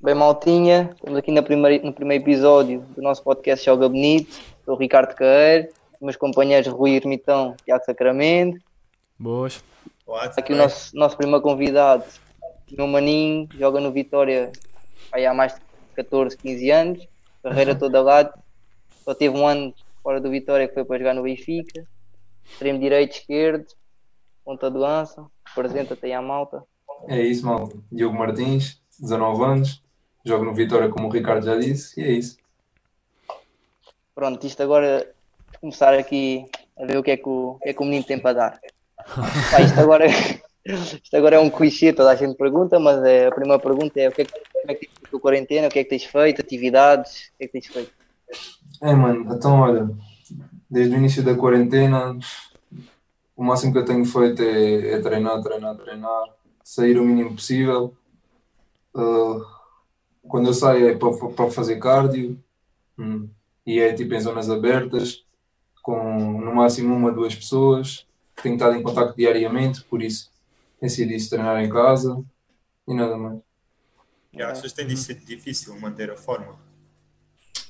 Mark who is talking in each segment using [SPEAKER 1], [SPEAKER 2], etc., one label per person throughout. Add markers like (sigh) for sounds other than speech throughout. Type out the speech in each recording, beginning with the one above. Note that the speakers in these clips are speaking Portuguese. [SPEAKER 1] Bem, maltinha, estamos aqui na primeira, no primeiro episódio do nosso podcast Joga Bonito. Sou o Ricardo Carreiro, meus companheiros Rui Ermitão e Tiago Sacramento.
[SPEAKER 2] Boas.
[SPEAKER 1] Está
[SPEAKER 3] né,
[SPEAKER 1] Aqui o nosso, nosso primeiro convidado, meu maninho, joga no Vitória aí há mais de 14, 15 anos, carreira toda lado. Só teve um ano fora do Vitória que foi para jogar no Benfica. Extremo direito, esquerdo, ponta de lança, apresenta-te aí à malta.
[SPEAKER 4] É isso, mal. Diogo Martins, 19 anos, jogo no Vitória, como o Ricardo já disse, e é isso.
[SPEAKER 1] Pronto, isto agora começar aqui a ver o que é que o, o que é que o menino tem para dar. Pá, isto, agora, (laughs) isto agora é um clichê, toda a gente pergunta, mas é, a primeira pergunta é o que é que, como é que tens feito a quarentena, o que é que tens feito, atividades, o que é que tens feito?
[SPEAKER 4] É, mano, então olha, desde o início da quarentena, o máximo que eu tenho feito é, é treinar, treinar, treinar, sair o mínimo possível. Uh, quando eu saio é para, para fazer cardio hum, e é tipo em zonas abertas, com no máximo uma, duas pessoas. Tenho estado em contato diariamente, por isso tem sido isso treinar em casa e nada mais.
[SPEAKER 3] E achas que tem de ser difícil manter a forma?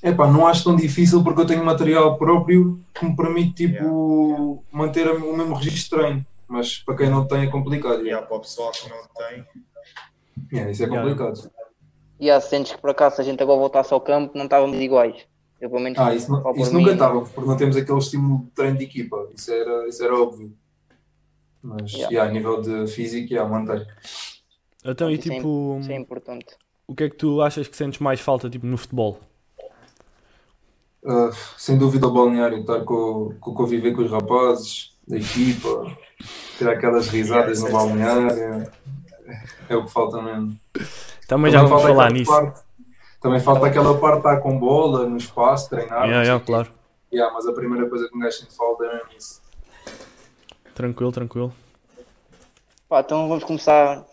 [SPEAKER 4] Epá, não acho tão difícil porque eu tenho material próprio que me permite tipo, manter o mesmo registro de treino, mas para quem não tem é complicado.
[SPEAKER 3] E há para o pessoal que não tem,
[SPEAKER 4] É, isso é complicado.
[SPEAKER 1] E há sentes que por acaso se a gente agora voltasse ao campo não estávamos iguais. Eu pelo menos
[SPEAKER 4] Ah, isso, não-
[SPEAKER 1] falo por
[SPEAKER 4] isso
[SPEAKER 1] mim,
[SPEAKER 4] nunca estava, porque não temos aquele estímulo de treino de equipa, isso era, isso era óbvio. Mas
[SPEAKER 1] Yeah.
[SPEAKER 4] yeah, a nível de físico, yeah, manter.
[SPEAKER 2] Então, e
[SPEAKER 1] Isso é
[SPEAKER 2] tipo,
[SPEAKER 1] Isso é importante.
[SPEAKER 2] o que é que tu achas que sentes mais falta, tipo, no futebol?
[SPEAKER 4] Uh, sem dúvida o balneário, estar com, com conviver com os rapazes, da equipa, ter aquelas risadas
[SPEAKER 1] é
[SPEAKER 4] no balneário, é o que falta mesmo.
[SPEAKER 2] Também já vamos
[SPEAKER 4] falta
[SPEAKER 2] falar
[SPEAKER 4] aquela
[SPEAKER 2] nisso.
[SPEAKER 4] parte- também falta aquela parte de estar com bola, no espaço, treinar.
[SPEAKER 2] Yeah, yeah, claro.
[SPEAKER 4] Yeah, mas a primeira coisa que me gajo sente falta é mesmo isso.
[SPEAKER 2] Tranquilo, tranquilo.
[SPEAKER 1] Pá, então vamos começar por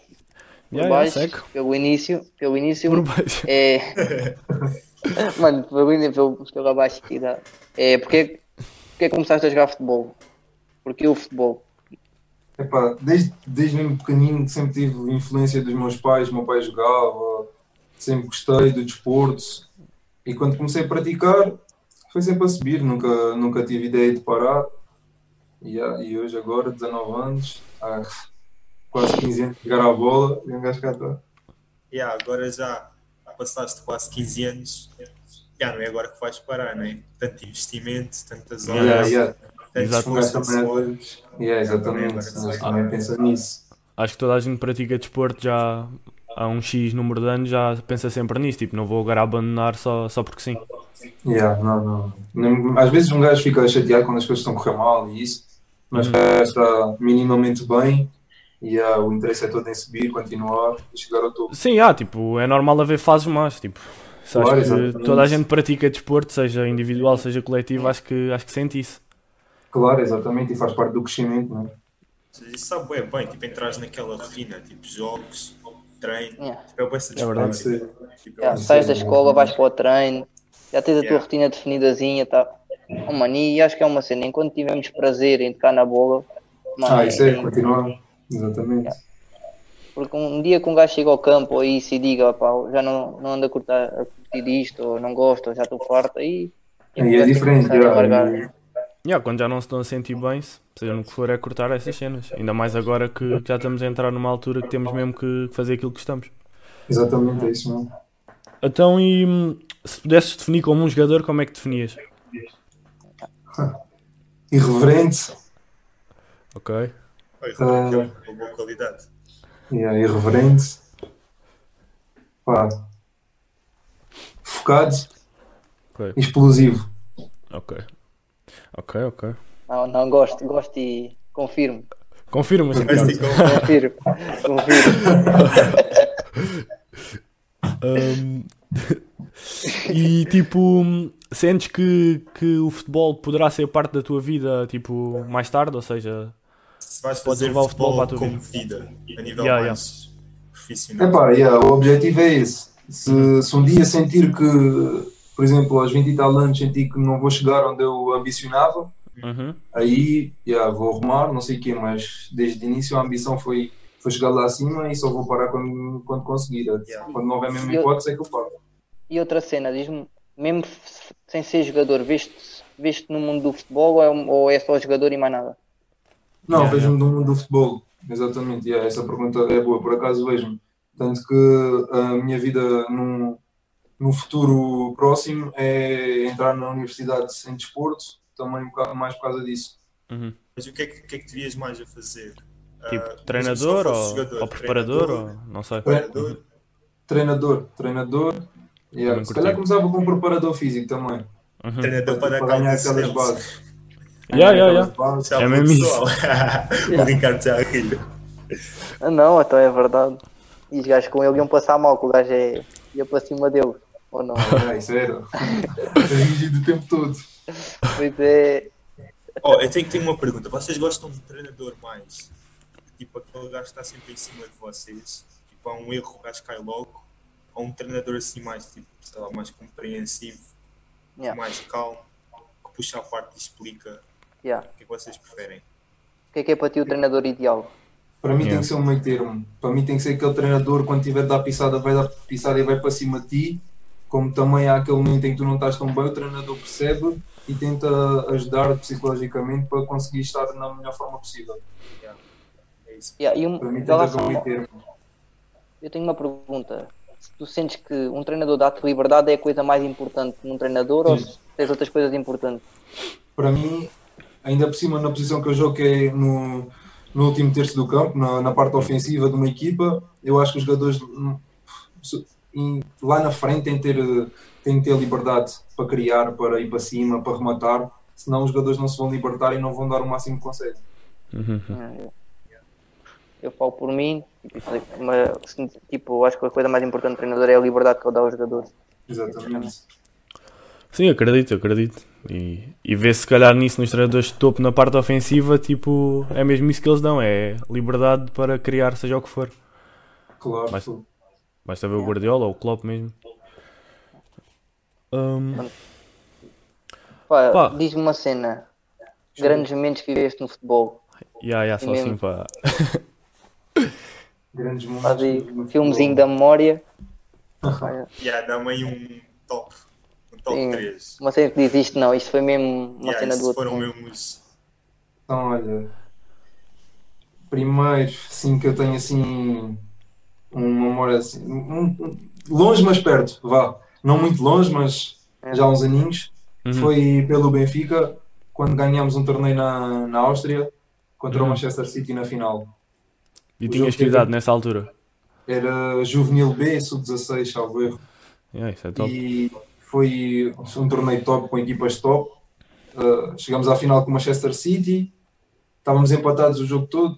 [SPEAKER 2] Yeah, yeah,
[SPEAKER 1] baixo,
[SPEAKER 2] segue.
[SPEAKER 1] pelo início, pelo início.
[SPEAKER 2] Por baixo. (laughs)
[SPEAKER 1] É.
[SPEAKER 4] (laughs)
[SPEAKER 1] Mano, pelo início, pelo pelo abaixo aqui dá. É, porque, porque é que começaste a jogar futebol? Porque o futebol.
[SPEAKER 4] Epá, desde, desde mesmo pequenino que sempre tive influência dos meus pais, o meu pai jogava, sempre gostei do desporto e quando comecei a praticar foi sempre a subir, nunca, nunca tive ideia de parar e, ah, e hoje agora, 19 anos, há quase 15 anos de jogar à bola e um gajo cá está.
[SPEAKER 3] E há, agora já passaste quase 15 anos, já não é agora que vais parar, não é? Tanto investimento, tantas horas,
[SPEAKER 4] Yeah, yeah,
[SPEAKER 3] tanto
[SPEAKER 2] Exato.
[SPEAKER 4] Um gajo
[SPEAKER 3] esforço de
[SPEAKER 4] também
[SPEAKER 3] suor.
[SPEAKER 4] hoje- yeah,
[SPEAKER 3] Agora
[SPEAKER 4] exatamente, um gajo
[SPEAKER 3] também. é
[SPEAKER 4] também pensa nisso.
[SPEAKER 2] Acho que toda a gente pratica desporto já há um X número de anos, já pensa sempre nisso. Tipo, não vou agora abandonar só, só porque sim.
[SPEAKER 4] Yeah, não, não. Nem- Às vezes um gajo fica chateado quando as coisas estão a correr mal e isso, mas
[SPEAKER 3] Hum.
[SPEAKER 4] o gajo está minimamente bem e ah, o interesse é todo em subir, continuar e chegar ao topo.
[SPEAKER 2] Sim, há, tipo, é normal haver fases más, tipo. se acho
[SPEAKER 4] Claro,
[SPEAKER 2] que
[SPEAKER 4] exatamente.
[SPEAKER 2] toda a gente pratica desporto, seja individual, seja coletivo, acho que, acho que sente isso.
[SPEAKER 4] Claro, exatamente, e faz parte do crescimento, não é?
[SPEAKER 3] Isso sabe bem, bem, tipo, entras naquela rotina, tipo, jogos, treino,
[SPEAKER 1] Yeah.
[SPEAKER 3] tipo, é bem
[SPEAKER 2] verdade.
[SPEAKER 3] satisfatório.
[SPEAKER 4] Sim.
[SPEAKER 3] Tipo,
[SPEAKER 1] Já,
[SPEAKER 3] é-
[SPEAKER 1] sais da escola, vais para o treino, já tens a tua
[SPEAKER 3] Yeah.
[SPEAKER 1] rotina definidazinha, tá? Oh, mano, e acho que é uma cena, enquanto tivermos prazer em tocar na bola, mano,
[SPEAKER 4] Ah, isso
[SPEAKER 1] é-
[SPEAKER 4] é, continuar. Exatamente.
[SPEAKER 1] Porque um dia que um gajo chega ao campo ou isso e diga, pá, já não, não ando a curtir, a curtir disto, ou não gosto, ou já estou farto, aí.
[SPEAKER 4] E é diferente, já, e-
[SPEAKER 2] Yeah, quando já não se estão a sentir bem, se- seja no que for, é cortar essas cenas. Ainda mais agora que que já estamos a entrar numa altura que temos mesmo que que fazer aquilo que estamos.
[SPEAKER 4] Exatamente, é isso mesmo.
[SPEAKER 2] Então, e hum, se pudesses definir como um jogador, como é que definias?
[SPEAKER 4] Irreverente,
[SPEAKER 2] Ok.
[SPEAKER 3] Olha, realmente é uma boa qualidade.
[SPEAKER 4] yeah, irreverente. Pá. Focado,
[SPEAKER 2] Ok.
[SPEAKER 4] explosivo.
[SPEAKER 2] Ok. Ok, ok.
[SPEAKER 1] Não, não gosto, gosto e confirmo.
[SPEAKER 2] Confirma,
[SPEAKER 3] Mas,
[SPEAKER 2] Ricardo.
[SPEAKER 3] tipo,
[SPEAKER 1] Confirmo, confirmo.
[SPEAKER 2] Hum, (laughs) e tipo, sentes que, que o futebol poderá ser parte da tua vida tipo, mais tarde? Ou seja,
[SPEAKER 3] se vais
[SPEAKER 2] Podes
[SPEAKER 3] fazer
[SPEAKER 2] levar o
[SPEAKER 3] futebol,
[SPEAKER 2] futebol para a tua
[SPEAKER 3] como vida, a nível
[SPEAKER 2] Yeah,
[SPEAKER 3] mais profissional.
[SPEAKER 4] Epá, yeah, o objetivo é esse. Se, se um dia sentir que, por exemplo, aos 20 e tal anos senti que não vou chegar onde eu ambicionava,
[SPEAKER 2] uhum.
[SPEAKER 4] aí yeah, vou arrumar, não sei o quê, mas desde o início a ambição foi vou chegar lá acima e só vou parar quando, quando conseguir.
[SPEAKER 3] Yeah.
[SPEAKER 4] Quando não houver mesmo
[SPEAKER 1] E eu-
[SPEAKER 4] hipótese, é que eu paro.
[SPEAKER 1] E outra cena, diz-me, mesmo f- sem ser jogador, veste veste no mundo do futebol ou é, ou é só jogador e mais nada?
[SPEAKER 4] Não,
[SPEAKER 2] Yeah,
[SPEAKER 4] vejo-me do mundo do futebol. Exatamente, yeah, essa pergunta é boa, por acaso vejo-me. Tanto que a minha vida num, num futuro próximo é entrar na universidade sem desporto, também um bocado mais por causa disso.
[SPEAKER 2] Uhum.
[SPEAKER 3] Mas o que é que, o que, é que tu vias mais a fazer?
[SPEAKER 2] Tipo,
[SPEAKER 3] Ah,
[SPEAKER 2] treinador
[SPEAKER 3] mas se não
[SPEAKER 2] ou,
[SPEAKER 3] fosses jogador,
[SPEAKER 2] ou preparador,
[SPEAKER 3] treinador,
[SPEAKER 2] ou não sei. Uhum.
[SPEAKER 3] Treinador,
[SPEAKER 4] Treinador, treinador. yeah.
[SPEAKER 2] Também
[SPEAKER 4] Se calhar
[SPEAKER 2] curti.
[SPEAKER 4] começava com um preparador físico também,
[SPEAKER 2] Uhum.
[SPEAKER 3] treinador para dar
[SPEAKER 4] para ganhar
[SPEAKER 3] calma
[SPEAKER 4] aquelas bases.
[SPEAKER 2] Yeah, yeah, yeah.
[SPEAKER 4] Aquelas bases.
[SPEAKER 3] Tchau,
[SPEAKER 2] É mesmo isso.
[SPEAKER 3] pessoal. (laughs) o Ricardo já ri.
[SPEAKER 1] Ah, não, então é verdade. E os gajos com ele iam passar mal, que o gajo é, ia para cima dele. Ou não?
[SPEAKER 4] Ah, isso era. (laughs) É rígido o tempo todo.
[SPEAKER 1] Pois é.
[SPEAKER 3] Oh, eu tenho, tenho uma pergunta. Vocês gostam de um treinador mais? Tipo, aquele gajo que está sempre em cima de vocês. Tipo, há um erro, o gajo cai logo. Ou um treinador assim mais, tipo, sei lá, mais compreensivo,
[SPEAKER 1] Yeah.
[SPEAKER 3] mais calmo, que puxa a parte e explica
[SPEAKER 1] Yeah.
[SPEAKER 3] o que é que vocês preferem.
[SPEAKER 1] O que é que é para ti o treinador ideal?
[SPEAKER 4] Para mim
[SPEAKER 2] Yeah.
[SPEAKER 4] tem que ser um meio termo. Para mim tem que ser aquele treinador quando tiver de dar pisada, vai dar pisada e vai para cima de ti. Como também há aquele momento em que tu não estás tão bem, o treinador percebe e tenta ajudar psicologicamente para conseguir estar na melhor forma possível.
[SPEAKER 3] É isso.
[SPEAKER 1] Yeah, e um,
[SPEAKER 4] Para mim
[SPEAKER 1] em
[SPEAKER 4] tem que haver
[SPEAKER 1] relação-
[SPEAKER 4] um meio termo.
[SPEAKER 1] eu tenho uma pergunta. Se tu sentes que um treinador dá-te liberdade é a coisa mais importante num treinador ou se tens outras coisas importantes?
[SPEAKER 4] Para mim, ainda por cima na posição que eu jogo, que é no, no último terço do campo, na, na parte ofensiva de uma equipa, eu acho que os jogadores hum, se- em- lá na frente têm que ter, eh, têm que ter liberdade para criar, para ir para cima, para rematar, senão os jogadores não se vão libertar e não vão dar o máximo que conseguem.
[SPEAKER 2] Uhum.
[SPEAKER 1] Eu, Ah, é. eu falo por mim, tipo, mas, tipo, eu acho que a coisa mais importante do treinador é a liberdade que ele dá aos jogadores.
[SPEAKER 4] Exatamente.
[SPEAKER 2] Sim, eu acredito, eu acredito. E, e vê se calhar nisso nos treinadores de topo na parte ofensiva, tipo, é mesmo isso que eles dão, é liberdade para criar seja o que for.
[SPEAKER 4] Claro.
[SPEAKER 2] Mas- Basta ver o Guardiola ou o Klopp mesmo. Hum,
[SPEAKER 1] Pá,
[SPEAKER 2] Pá.
[SPEAKER 1] diz-me uma cena. Grandes momentos que viveste no futebol.
[SPEAKER 2] yeah, yeah, só
[SPEAKER 1] E
[SPEAKER 2] assim
[SPEAKER 1] mesmo.
[SPEAKER 2] pá.
[SPEAKER 4] Grandes momentos.
[SPEAKER 1] Faz aí
[SPEAKER 4] Ah, no
[SPEAKER 1] um filmezinho da memória. Olha,
[SPEAKER 3] Yeah, Dá-me aí um top. Um top
[SPEAKER 1] Sim.
[SPEAKER 3] 3.
[SPEAKER 1] Uma cena que diz isto não, isto foi mesmo uma
[SPEAKER 3] Yeah,
[SPEAKER 1] cena do
[SPEAKER 3] esses
[SPEAKER 1] outro.
[SPEAKER 3] foram
[SPEAKER 1] mundo.
[SPEAKER 3] mesmo os.
[SPEAKER 4] Então, olha, primeiro, sim, que eu tenho assim, uma memória assim, um- um- longe, mas perto, vá. Não muito longe, mas já há uns aninhos.
[SPEAKER 2] Uhum.
[SPEAKER 4] Foi pelo Benfica, quando ganhámos um torneio na, na Áustria, contra
[SPEAKER 2] Uhum.
[SPEAKER 4] o Manchester City na final.
[SPEAKER 2] E
[SPEAKER 4] O
[SPEAKER 2] tinhas
[SPEAKER 4] jogo teve-
[SPEAKER 2] cuidado nessa altura.
[SPEAKER 4] Era Juvenil B, sub-16, salvo erro.
[SPEAKER 2] Yeah, isso é top.
[SPEAKER 4] E foi um torneio top com equipas top. Uh, chegamos à final com o Manchester City, estávamos empatados o jogo todo.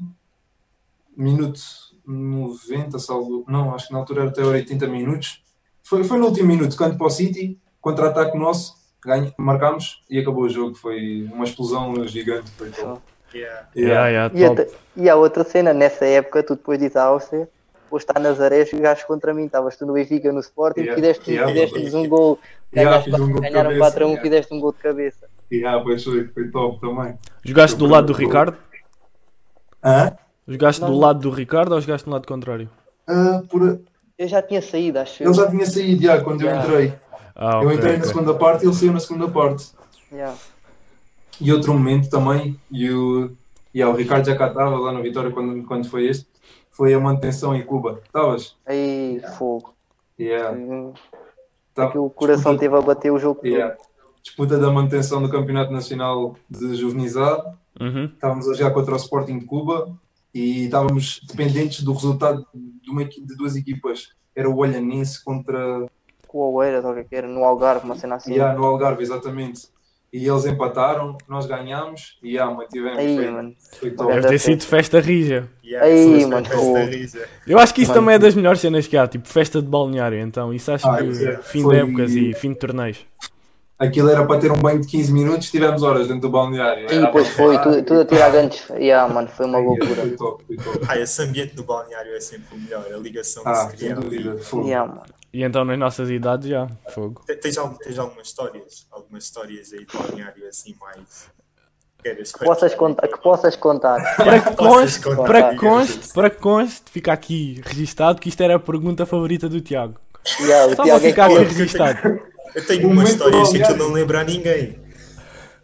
[SPEAKER 4] Minuto 90, salvo. Não, acho que na altura era até 80 minutos. Foi, foi no último minuto, canto para o City, contra-ataque nosso, ganha, marcámos e acabou o jogo. Foi uma explosão gigante. Foi top.
[SPEAKER 3] Yeah.
[SPEAKER 2] Yeah, yeah,
[SPEAKER 1] E,
[SPEAKER 2] top.
[SPEAKER 1] até- e há outra cena, nessa época, tu depois dizes à Áustria, foste a Nazaré, jogaste contra mim, estavas tu no Benfica, no Sporting,
[SPEAKER 4] Yeah,
[SPEAKER 1] fizeste,
[SPEAKER 4] yeah,
[SPEAKER 1] fizeste um gol,
[SPEAKER 4] Yeah,
[SPEAKER 1] ganhaste,
[SPEAKER 4] fiz um gol de
[SPEAKER 1] ganharam
[SPEAKER 4] cabeça,
[SPEAKER 1] 4 a 1,
[SPEAKER 4] yeah.
[SPEAKER 1] fizeste um gol de cabeça.
[SPEAKER 4] Yeah, pois foi, foi top também.
[SPEAKER 2] Jogaste do lado do Ricardo?
[SPEAKER 4] Hã?
[SPEAKER 2] Jogaste do
[SPEAKER 1] Não.
[SPEAKER 2] lado do Ricardo ou jogaste no lado contrário?
[SPEAKER 4] Ah, por-
[SPEAKER 1] Eu já tinha saído, acho
[SPEAKER 4] Ele
[SPEAKER 1] eu.
[SPEAKER 4] já tinha saído yeah, quando
[SPEAKER 1] Yeah.
[SPEAKER 4] eu entrei.
[SPEAKER 2] Ah,
[SPEAKER 4] Eu
[SPEAKER 2] ok,
[SPEAKER 4] entrei na
[SPEAKER 2] ok.
[SPEAKER 4] segunda parte e ele saiu na segunda parte.
[SPEAKER 1] Yeah.
[SPEAKER 4] E outro momento também, e o, e ah, o Ricardo já cá estava lá no Vitória quando, quando foi este, foi a manutenção em Cuba. Estavas?
[SPEAKER 1] Aí, fogo.
[SPEAKER 4] Yeah.
[SPEAKER 1] É
[SPEAKER 4] Tá-
[SPEAKER 1] que o coração
[SPEAKER 4] disputa,
[SPEAKER 1] teve a bater o jogo todo.
[SPEAKER 4] yeah. Disputa da manutenção do Campeonato Nacional de Juvenizado.
[SPEAKER 2] Uhum.
[SPEAKER 4] Estávamos a jogar contra o Sporting de Cuba e estávamos dependentes do resultado de, uma equi- de duas equipas. Era o Olhanense contra
[SPEAKER 1] com o Oeiras, ou o que é que era, no Algarve, uma cena assim.
[SPEAKER 4] yeah, no Algarve, exatamente. E eles empataram, nós ganhámos e ah, mantivemos.
[SPEAKER 1] Aí,
[SPEAKER 4] foi,
[SPEAKER 1] mano.
[SPEAKER 4] foi top.
[SPEAKER 1] Uma
[SPEAKER 2] Deve ter
[SPEAKER 1] Deve
[SPEAKER 2] sido festa rija.
[SPEAKER 3] Yeah,
[SPEAKER 1] Ei,
[SPEAKER 3] pessoas
[SPEAKER 1] mano, tipo,
[SPEAKER 3] da festa
[SPEAKER 1] fogo.
[SPEAKER 3] rija.
[SPEAKER 2] Eu acho que isso
[SPEAKER 4] Mano,
[SPEAKER 2] também é das melhores cenas que há, tipo festa de balneário, então isso acho
[SPEAKER 4] Ah,
[SPEAKER 2] que
[SPEAKER 4] isso é.
[SPEAKER 2] fim
[SPEAKER 4] Foi-
[SPEAKER 2] de épocas e fim de torneios.
[SPEAKER 4] Aquilo era para ter um banho de 15 minutos, tivemos horas dentro do balneário.
[SPEAKER 1] Aí, pois foi, tudo, tudo a tirar ganchos. Yeah, mano, foi uma loucura.
[SPEAKER 4] Foi top, foi top.
[SPEAKER 3] Ah, esse ambiente do balneário é sempre o melhor, a ligação
[SPEAKER 4] Ah,
[SPEAKER 3] que se cria.
[SPEAKER 4] sem dúvida. Fogo.
[SPEAKER 1] Yeah, mano.
[SPEAKER 2] E então nas nossas idades já, fogo.
[SPEAKER 3] Te- Tens, al- tens algumas histórias? Algumas histórias aí do balneário assim mais queres.
[SPEAKER 1] Que possas contar. Que possas contar.
[SPEAKER 2] Para que
[SPEAKER 3] Possas
[SPEAKER 2] conste,
[SPEAKER 3] contar,
[SPEAKER 2] para que
[SPEAKER 1] diga-se.
[SPEAKER 2] conste, para que conste, fica aqui registado que isto era a pergunta favorita do Tiago.
[SPEAKER 1] Yeah, o
[SPEAKER 2] Só para
[SPEAKER 1] Tiago é que
[SPEAKER 2] ficar aqui
[SPEAKER 1] pôs.
[SPEAKER 3] Tiago.
[SPEAKER 2] registado.
[SPEAKER 3] Eu tenho uma
[SPEAKER 4] Momento
[SPEAKER 3] história assim que eu
[SPEAKER 4] balneário.
[SPEAKER 3] não lembro a ninguém.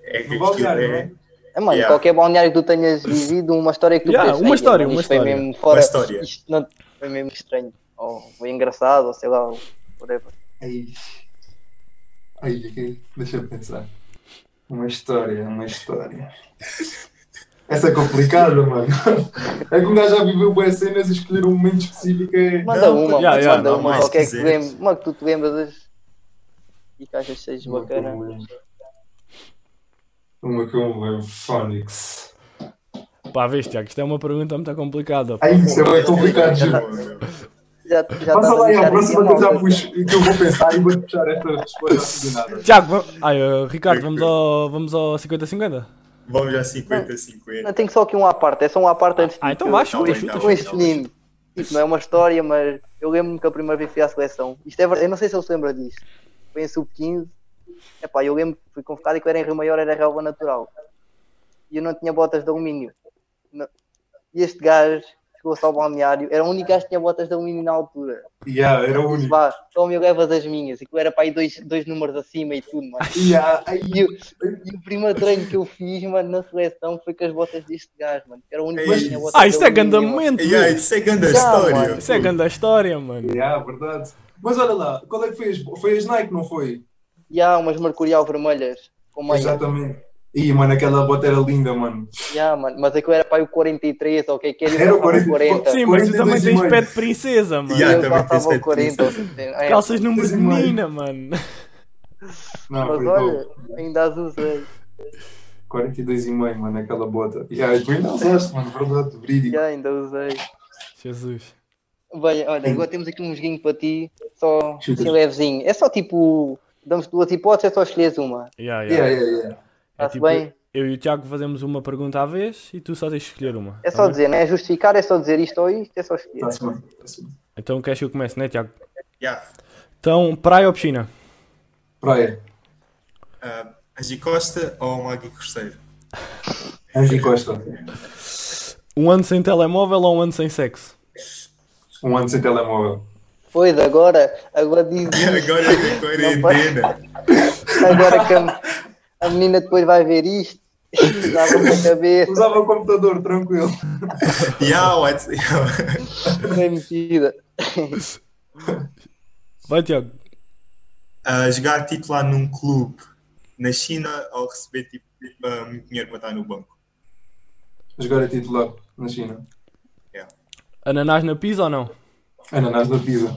[SPEAKER 3] É que
[SPEAKER 4] No
[SPEAKER 3] aquilo
[SPEAKER 4] balneário, né?
[SPEAKER 3] é
[SPEAKER 1] É, mano,
[SPEAKER 3] Yeah.
[SPEAKER 1] qualquer balneário que tu tenhas vivido, uma história que tu
[SPEAKER 2] Yeah,
[SPEAKER 1] penses, "Ei,
[SPEAKER 2] uma história,
[SPEAKER 1] mano,
[SPEAKER 2] uma
[SPEAKER 1] isto foi
[SPEAKER 2] história.
[SPEAKER 1] mesmo fora.
[SPEAKER 3] Uma história.
[SPEAKER 1] Isto não, foi mesmo estranho. Ou foi engraçado, ou sei lá, whatever.
[SPEAKER 4] Ai. Ai, ok. deixa eu pensar. Uma história, uma história. Essa é complicada, mano. É que um gajo já viveu boas cenas e escolher um momento específico é.
[SPEAKER 1] Manda
[SPEAKER 3] Não,
[SPEAKER 1] uma,
[SPEAKER 2] yeah,
[SPEAKER 1] mano,
[SPEAKER 2] yeah,
[SPEAKER 1] manda
[SPEAKER 3] não,
[SPEAKER 1] uma,
[SPEAKER 3] mais
[SPEAKER 1] qualquer que, tu
[SPEAKER 3] quiseres.
[SPEAKER 1] lembres, uma que tu te lembras e que achas que seja
[SPEAKER 4] Uma que eu me
[SPEAKER 1] bacana.
[SPEAKER 4] lembro. Uma que eu me lembro, Phonics.
[SPEAKER 2] Pá, vês, Tiago, isto é uma pergunta muito complicada. pá.
[SPEAKER 4] Ai, isso é bué complicado, juro.
[SPEAKER 1] Já, já tá
[SPEAKER 4] Passa
[SPEAKER 1] estás
[SPEAKER 4] lá, é
[SPEAKER 1] deixar
[SPEAKER 4] a próxima
[SPEAKER 1] dizer
[SPEAKER 4] que eu já
[SPEAKER 1] mal, mas-
[SPEAKER 4] puxo, que eu vou pensar e vou puxar esta resposta assim do nada.
[SPEAKER 2] Tiago, va- ai, eh, Ricardo, vamos ao, vamos ao 50-50?
[SPEAKER 3] Vamos já 50, 50.
[SPEAKER 1] Não, tenho só aqui um à parte, é só um à parte antes de
[SPEAKER 2] Ah,
[SPEAKER 1] tudo,
[SPEAKER 2] então
[SPEAKER 1] que
[SPEAKER 2] vá,
[SPEAKER 1] eu-
[SPEAKER 2] chuta,
[SPEAKER 3] Então,
[SPEAKER 2] chuta.
[SPEAKER 3] então.
[SPEAKER 1] com este menino. Tipo, não é uma história, mas eu lembro-me que a primeira vez fui à seleção. Isto é verdade, eu não sei se ele se lembra disto. Foi em sub-15. Epá, eu lembro que fui convocado e que eu era em Rio Maior, era relva natural. E eu não tinha botas de alumínio. Não- E este gajo chegou-se ao balneário, era o único gajo que tinha botas de alumínio na altura.
[SPEAKER 4] Yeah, era o único.
[SPEAKER 1] Vá, toma e levas as minhas. E que eu era para aí dois, dois números acima e tudo, mano.
[SPEAKER 4] Yeah, ai,
[SPEAKER 1] E, o- e o primeiro treino que eu fiz, mano, na seleção foi com as botas deste gajo, mano. que Era o único
[SPEAKER 3] Mas-
[SPEAKER 1] que tinha botas
[SPEAKER 2] Ah,
[SPEAKER 1] de
[SPEAKER 2] isto é
[SPEAKER 1] alumínio,
[SPEAKER 2] grande
[SPEAKER 1] mano.
[SPEAKER 2] momento.
[SPEAKER 3] E aí,
[SPEAKER 2] viu?
[SPEAKER 3] isso é grande a
[SPEAKER 1] Já,
[SPEAKER 3] história.
[SPEAKER 1] mano.
[SPEAKER 2] Isso é grande a história, mano.
[SPEAKER 4] yeah, verdade. Mas olha lá, qual é que foi as, foi as Nike, não foi?
[SPEAKER 1] E há umas mercurial vermelhas. Com meia.
[SPEAKER 4] Exatamente. Ih, mano, aquela bota era linda, mano.
[SPEAKER 1] Já, mano. Mas aquilo era para o 43, ou o que é que era? eu
[SPEAKER 4] Era o
[SPEAKER 1] calçava
[SPEAKER 4] 40.
[SPEAKER 2] Sim, mas tu
[SPEAKER 4] 42
[SPEAKER 2] também
[SPEAKER 4] É e
[SPEAKER 2] tens
[SPEAKER 4] meio.
[SPEAKER 2] pé de princesa, mano.
[SPEAKER 1] E
[SPEAKER 3] Yeah.
[SPEAKER 1] eu
[SPEAKER 3] também tens
[SPEAKER 1] calçava
[SPEAKER 3] sete
[SPEAKER 1] o 40. ou
[SPEAKER 3] pisos.
[SPEAKER 1] 70. É,
[SPEAKER 2] Calças número de
[SPEAKER 4] Sim, mano.
[SPEAKER 2] menina, mano.
[SPEAKER 4] Não,
[SPEAKER 1] mas
[SPEAKER 4] foi
[SPEAKER 1] olha,
[SPEAKER 4] dope.
[SPEAKER 1] ainda as usei.
[SPEAKER 4] 42 e meio, mano, aquela bota. Yeah, e tu ainda usaste, mano, verdade, verídico.
[SPEAKER 1] Já, ainda usei.
[SPEAKER 2] Jesus.
[SPEAKER 1] Bem, olha, agora temos aqui um joguinho para ti. Só
[SPEAKER 4] Chuta.
[SPEAKER 1] assim levezinho. É só tipo. Damos duas hipóteses, é só escolheres uma.
[SPEAKER 2] Yeah, yeah.
[SPEAKER 4] Yeah, yeah, yeah.
[SPEAKER 2] É
[SPEAKER 1] Está-se
[SPEAKER 2] tipo,
[SPEAKER 1] bem?
[SPEAKER 2] eu e o Tiago fazemos uma pergunta à vez e tu só tens de escolher uma.
[SPEAKER 1] É
[SPEAKER 2] tá
[SPEAKER 1] só
[SPEAKER 2] bem?
[SPEAKER 1] dizer, não é justificar, é só dizer isto ou isto, é só escolher.
[SPEAKER 4] Tá-se bem, tá-se bem.
[SPEAKER 2] Então queres que eu comece, né, Tiago?
[SPEAKER 3] Yeah.
[SPEAKER 2] Então, praia ou piscina?
[SPEAKER 4] Praia,
[SPEAKER 3] Ah, Angie Costa ou Magui Costeiro?
[SPEAKER 4] Angie Costa.
[SPEAKER 2] Um ano sem telemóvel ou um ano sem sexo?
[SPEAKER 4] Um ano sem telemóvel.
[SPEAKER 1] Pois, agora, agora
[SPEAKER 3] (laughs)
[SPEAKER 1] diz isto.
[SPEAKER 3] (laughs) Agora é quarentena.
[SPEAKER 1] Agora que a, a menina depois vai ver isto. Dava na cabeça.
[SPEAKER 3] (laughs)
[SPEAKER 4] Usava o computador, tranquilo.
[SPEAKER 3] Yeah, what? (laughs) Yeah.
[SPEAKER 1] Bem metida.
[SPEAKER 2] Vai, Tiago.
[SPEAKER 3] Ah, jogar titular num clube na China ou receber tipo, ah, muito dinheiro para estar no banco?
[SPEAKER 4] Jogar a titular na China.
[SPEAKER 2] Ananás na pizza ou não?
[SPEAKER 4] Ananás da Pisa.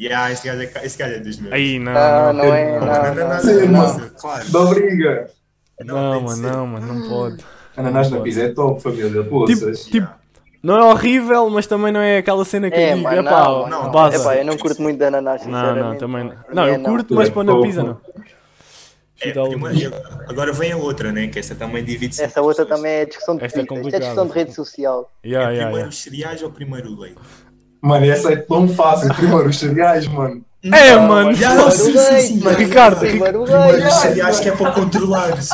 [SPEAKER 3] Yeah, este gajo é, ca- este gajo é dos meus.
[SPEAKER 2] Aí, não.
[SPEAKER 1] Não,
[SPEAKER 2] não.
[SPEAKER 1] não é, não, não,
[SPEAKER 4] Sim,
[SPEAKER 1] não.
[SPEAKER 4] mano.
[SPEAKER 3] não, claro.
[SPEAKER 4] Da briga.
[SPEAKER 2] Não,
[SPEAKER 3] tem de
[SPEAKER 2] mano,
[SPEAKER 3] ser.
[SPEAKER 2] não, mano, não pode.
[SPEAKER 4] Ananás da Pisa é top, família. Poças.
[SPEAKER 2] Tipo, não é horrível, mas também não é aquela cena que
[SPEAKER 1] É,
[SPEAKER 2] eu digo.
[SPEAKER 1] mano,
[SPEAKER 2] Epá,
[SPEAKER 1] não,
[SPEAKER 3] não,
[SPEAKER 1] não.
[SPEAKER 2] base.
[SPEAKER 1] Epá, eu não curto muito de ananás,
[SPEAKER 2] não,
[SPEAKER 1] sinceramente.
[SPEAKER 2] não, também não.
[SPEAKER 1] Para
[SPEAKER 2] Não,
[SPEAKER 1] mim
[SPEAKER 2] eu
[SPEAKER 1] é
[SPEAKER 2] curto, mas para na pizza não.
[SPEAKER 3] É,
[SPEAKER 2] Chuta a outra.
[SPEAKER 3] primeiro- agora vem a outra, né? Que esta também divide-se.
[SPEAKER 1] Essa
[SPEAKER 3] em
[SPEAKER 1] outra
[SPEAKER 3] pessoas.
[SPEAKER 1] também é discussão de
[SPEAKER 2] Esta é
[SPEAKER 1] Twitter, isto é
[SPEAKER 2] complicada.
[SPEAKER 1] discussão de rede social.
[SPEAKER 3] É
[SPEAKER 2] Yeah, yeah,
[SPEAKER 3] primeiro
[SPEAKER 2] yeah.
[SPEAKER 3] os cereais ou primeiro o leite?
[SPEAKER 4] Mano, essa é tão fácil. Primeiro os cereais, mano.
[SPEAKER 2] É, mano.
[SPEAKER 3] Não, sim, sim, sim,
[SPEAKER 1] mano.
[SPEAKER 2] Ricardo,
[SPEAKER 1] Primeiro o
[SPEAKER 3] Primeiro os
[SPEAKER 1] leite.
[SPEAKER 3] cereais que é para controlares.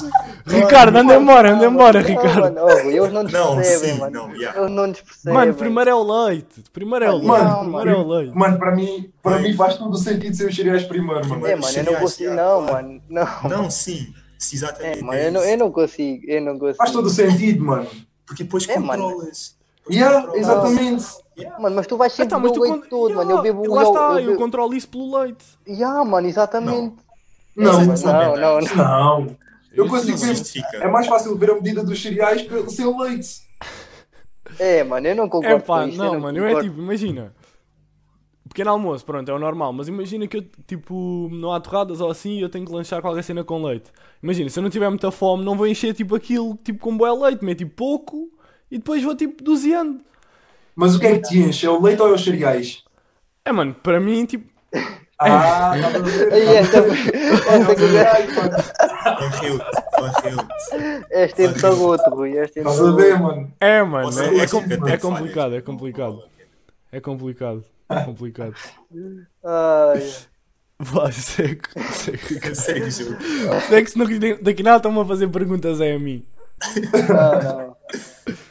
[SPEAKER 2] Ricardo, anda embora, anda embora,
[SPEAKER 1] Não,
[SPEAKER 2] Ricardo.
[SPEAKER 1] mano, oh, eles não nos
[SPEAKER 3] Não,
[SPEAKER 1] percebem,
[SPEAKER 3] sim,
[SPEAKER 1] mano.
[SPEAKER 3] não, yeah.
[SPEAKER 1] Eles não nos percebem.
[SPEAKER 2] Mano, primeiro é o leite. Primeiro é o
[SPEAKER 1] Mano,
[SPEAKER 2] leite.
[SPEAKER 1] não,
[SPEAKER 2] Primeiro é o leite.
[SPEAKER 4] Mano, para mim, para mim faz todo o sentido ser os cereais primeiro, mano.
[SPEAKER 1] É, mano, eu não consigo, não, mano. Não,
[SPEAKER 3] Não, sim. Se exatamente.
[SPEAKER 1] é, mano,
[SPEAKER 3] é
[SPEAKER 1] eu não,
[SPEAKER 3] isso.
[SPEAKER 1] eu não consigo, eu não
[SPEAKER 4] Faz todo
[SPEAKER 1] consigo.
[SPEAKER 4] o sentido, mano.
[SPEAKER 3] Porque depois
[SPEAKER 1] É, mano.
[SPEAKER 3] controlas. Depois
[SPEAKER 4] Yeah,
[SPEAKER 3] controlas.
[SPEAKER 4] exatamente.
[SPEAKER 1] Mano, mas tu vais sempre
[SPEAKER 2] Então, mas
[SPEAKER 1] beber
[SPEAKER 2] tu
[SPEAKER 1] o leite
[SPEAKER 2] con-
[SPEAKER 1] todo, mano. Eu
[SPEAKER 2] Yeah,
[SPEAKER 1] bebo
[SPEAKER 2] Lá
[SPEAKER 1] eu-
[SPEAKER 2] está,
[SPEAKER 1] eu
[SPEAKER 2] eu
[SPEAKER 1] bebo-
[SPEAKER 2] controlo isso pelo leite.
[SPEAKER 1] Ya, mano, exatamente.
[SPEAKER 4] Não,
[SPEAKER 1] Mas não, não, não.
[SPEAKER 4] não. Eu consigo
[SPEAKER 3] Isso não
[SPEAKER 4] ver. É
[SPEAKER 3] justifica.
[SPEAKER 4] mais fácil ver a medida dos cereais pelo seu leite.
[SPEAKER 1] É, mano, eu não concordo
[SPEAKER 2] É pá,
[SPEAKER 1] com isto.
[SPEAKER 2] não, mano, eu é
[SPEAKER 1] concordo.
[SPEAKER 2] tipo, imagina. Pequeno almoço, pronto, é o normal, mas imagina que eu, tipo, não há torradas ou assim e eu tenho que lanchar qualquer cena com leite. Imagina, se eu não tiver muita fome, não vou encher, tipo, aquilo, tipo, com boé leite, meto tipo, pouco e depois vou, tipo, doseando.
[SPEAKER 4] Mas o que é que te enche? É o leite ou é os cereais?
[SPEAKER 2] É, mano, para mim, tipo,
[SPEAKER 4] Ah, estás a ver?
[SPEAKER 1] Ai, esta, esta, esta,
[SPEAKER 4] Cereais, mano.
[SPEAKER 3] Correu-te, correu-te.
[SPEAKER 2] tipo-
[SPEAKER 1] esta é de sagoto, Rui. Esta é de
[SPEAKER 4] Estás Tá a
[SPEAKER 1] sagoto.
[SPEAKER 4] ver, mano?
[SPEAKER 2] é, mano,
[SPEAKER 3] Vocês
[SPEAKER 2] é, é,
[SPEAKER 3] gostam
[SPEAKER 2] com-
[SPEAKER 3] de
[SPEAKER 2] é
[SPEAKER 3] ter
[SPEAKER 2] complicado,
[SPEAKER 3] falhas.
[SPEAKER 2] é complicado, é complicado, é complicado.
[SPEAKER 1] Ai,
[SPEAKER 2] Vá, segue, segue.
[SPEAKER 3] Segue o jogo.
[SPEAKER 2] é Segue, se não, daqui nada estão-me a fazer perguntas é a mim.
[SPEAKER 4] (laughs)
[SPEAKER 1] Não, não.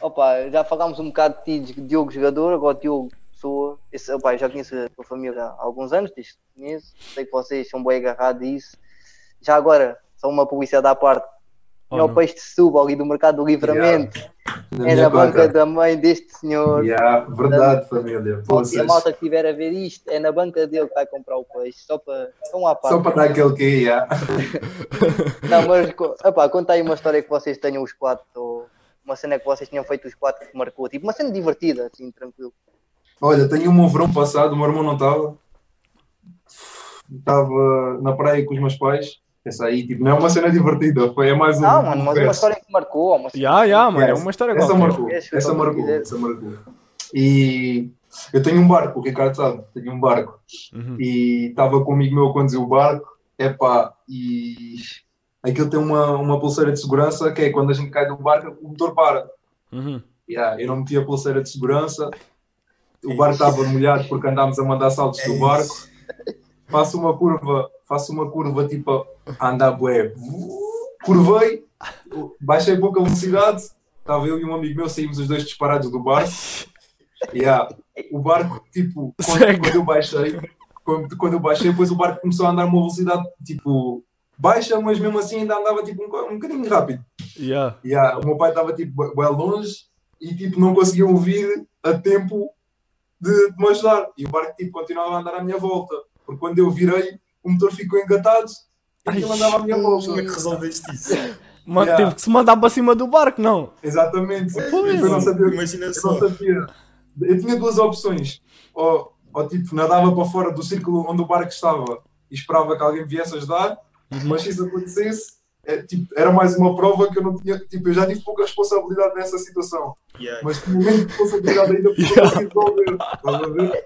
[SPEAKER 1] Opa, já falámos um bocado de ti, de Diogo jogador, agora Diogo pessoa. Esse, opa, já conheço a tua família há alguns anos, diz conheço. Sei que vocês são bem agarrados a isso. Já agora, só uma publicidade à parte.
[SPEAKER 2] Oh,
[SPEAKER 1] é o
[SPEAKER 2] não.
[SPEAKER 1] peixe de suba ali do mercado do livramento.
[SPEAKER 4] Na
[SPEAKER 1] É
[SPEAKER 4] minha
[SPEAKER 1] da banca
[SPEAKER 4] banca.
[SPEAKER 1] da mãe deste senhor.
[SPEAKER 4] Yeah, verdade, família.
[SPEAKER 1] E a
[SPEAKER 4] Poças.
[SPEAKER 1] malta que estiver a ver isto, é na banca dele que vai comprar o peixe. Só para. Estão à parte.
[SPEAKER 4] Só para dar aquele que ia.
[SPEAKER 1] Não, mas co- epá, conta aí uma história que vocês tenham os quatro, ou uma cena que vocês tinham feito os quatro que marcou, tipo uma cena divertida, assim, tranquilo.
[SPEAKER 4] Olha, tenho um verão passado, o meu irmão não estava. Estava na praia com os meus pais. Essa aí, tipo, não é uma cena divertida, foi é mais um.
[SPEAKER 1] Não, mano, mas uma
[SPEAKER 4] confesso.
[SPEAKER 1] história que marcou, uma cena-
[SPEAKER 2] Ya, ya, mano, é
[SPEAKER 4] Yes.
[SPEAKER 2] uma história
[SPEAKER 4] Essa
[SPEAKER 2] qualquer.
[SPEAKER 4] marcou,
[SPEAKER 1] Esse
[SPEAKER 4] essa
[SPEAKER 1] eu tô
[SPEAKER 4] marcou,
[SPEAKER 1] quiser.
[SPEAKER 4] essa marcou. E eu tenho um barco, o Ricardo sabe, tenho um barco.
[SPEAKER 2] Uhum.
[SPEAKER 4] E estava com um amigo meu a conduzir o barco, epá, e aquilo tem uma, uma pulseira de segurança que é quando a gente cai do barco, o motor para.
[SPEAKER 2] Uhum.
[SPEAKER 4] Yeah, eu não meti a pulseira de segurança, o barco estava molhado porque andámos a mandar saltos
[SPEAKER 3] É
[SPEAKER 4] do barco. Faço uma curva, faço uma curva tipo a andar bué. Curvei, baixei pouca velocidade, estava eu e um amigo meu, saímos os dois disparados do barco. Yeah. O barco, tipo, quando,
[SPEAKER 2] Segue.
[SPEAKER 4] quando eu baixei, quando, quando eu baixei, depois o barco começou a andar uma velocidade tipo baixa, mas mesmo assim ainda andava tipo um, co- um bocadinho rápido.
[SPEAKER 2] Ya.
[SPEAKER 4] Yeah, o meu pai estava tipo bué- bué longe e tipo não conseguia ouvir a tempo de, de me ajudar. E o barco tipo continuava a andar à minha volta, porque quando eu virei, o motor ficou engatado e aquilo
[SPEAKER 2] Ai.
[SPEAKER 4] andava à minha
[SPEAKER 3] Como é
[SPEAKER 4] volta.
[SPEAKER 3] que resolveste isso?
[SPEAKER 2] Mano,
[SPEAKER 4] Ya.
[SPEAKER 2] teve que se mandar para cima do barco, não?
[SPEAKER 4] Exatamente.
[SPEAKER 2] Pois.
[SPEAKER 4] Eu não sabia-
[SPEAKER 3] Imagina
[SPEAKER 4] Eu não
[SPEAKER 3] só.
[SPEAKER 4] sabia. Eu tinha duas opções. Ou, ou tipo, nadava para fora do círculo onde o barco estava e esperava que alguém viesse ajudar,
[SPEAKER 2] Uhum.
[SPEAKER 4] mas se isso acontecesse, é, tipo, era mais uma prova que eu não tinha. Tipo, eu já tive pouca responsabilidade nessa situação.
[SPEAKER 3] Yeah.
[SPEAKER 4] Mas tinha menos
[SPEAKER 2] (laughs)
[SPEAKER 4] responsabilidade ainda porque eu consegui resolver. Estás a ver?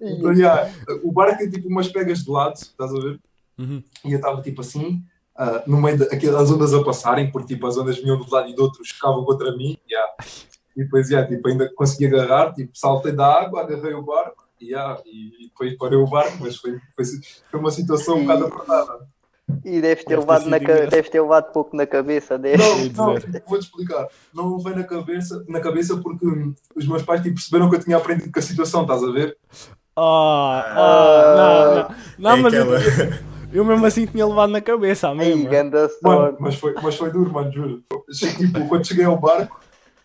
[SPEAKER 4] Então, yeah, o barco tem tipo umas pegas de lado, estás a ver?
[SPEAKER 2] Uhum.
[SPEAKER 4] E eu estava tipo assim, ah, no meio das ondas a passarem, porque tipo, as ondas vinham de um lado e do outro, chocavam contra mim. yeah. E depois yeah, tipo, ainda consegui agarrar, tipo, saltei da água, agarrei o barco yeah, e depois parei o barco, mas foi, foi, foi uma situação um bocado apertada.
[SPEAKER 1] E deves ter,
[SPEAKER 2] Deve ter
[SPEAKER 1] levado na,
[SPEAKER 2] sido
[SPEAKER 1] ca-
[SPEAKER 2] engraçado.
[SPEAKER 1] deves ter levado pouco na cabeça, deve.
[SPEAKER 4] Não,
[SPEAKER 2] Sim,
[SPEAKER 4] não,
[SPEAKER 2] dizer.
[SPEAKER 4] tipo, vou-te explicar. Não veio na cabeça, na cabeça porque hum, os meus pais tipo, perceberam que eu tinha aprendido com a situação, estás a ver?
[SPEAKER 2] Ah, ah, não, não. Não,
[SPEAKER 3] é
[SPEAKER 2] mas eu,
[SPEAKER 3] aquela. (laughs)
[SPEAKER 2] eu mesmo assim tinha levado na cabeça, a
[SPEAKER 1] Aí,
[SPEAKER 2] mesma.
[SPEAKER 1] ganda
[SPEAKER 4] Mano,
[SPEAKER 1] sorte.
[SPEAKER 4] mas foi, mas foi duro, mano, juro. Che- Tipo, quando cheguei ao barco,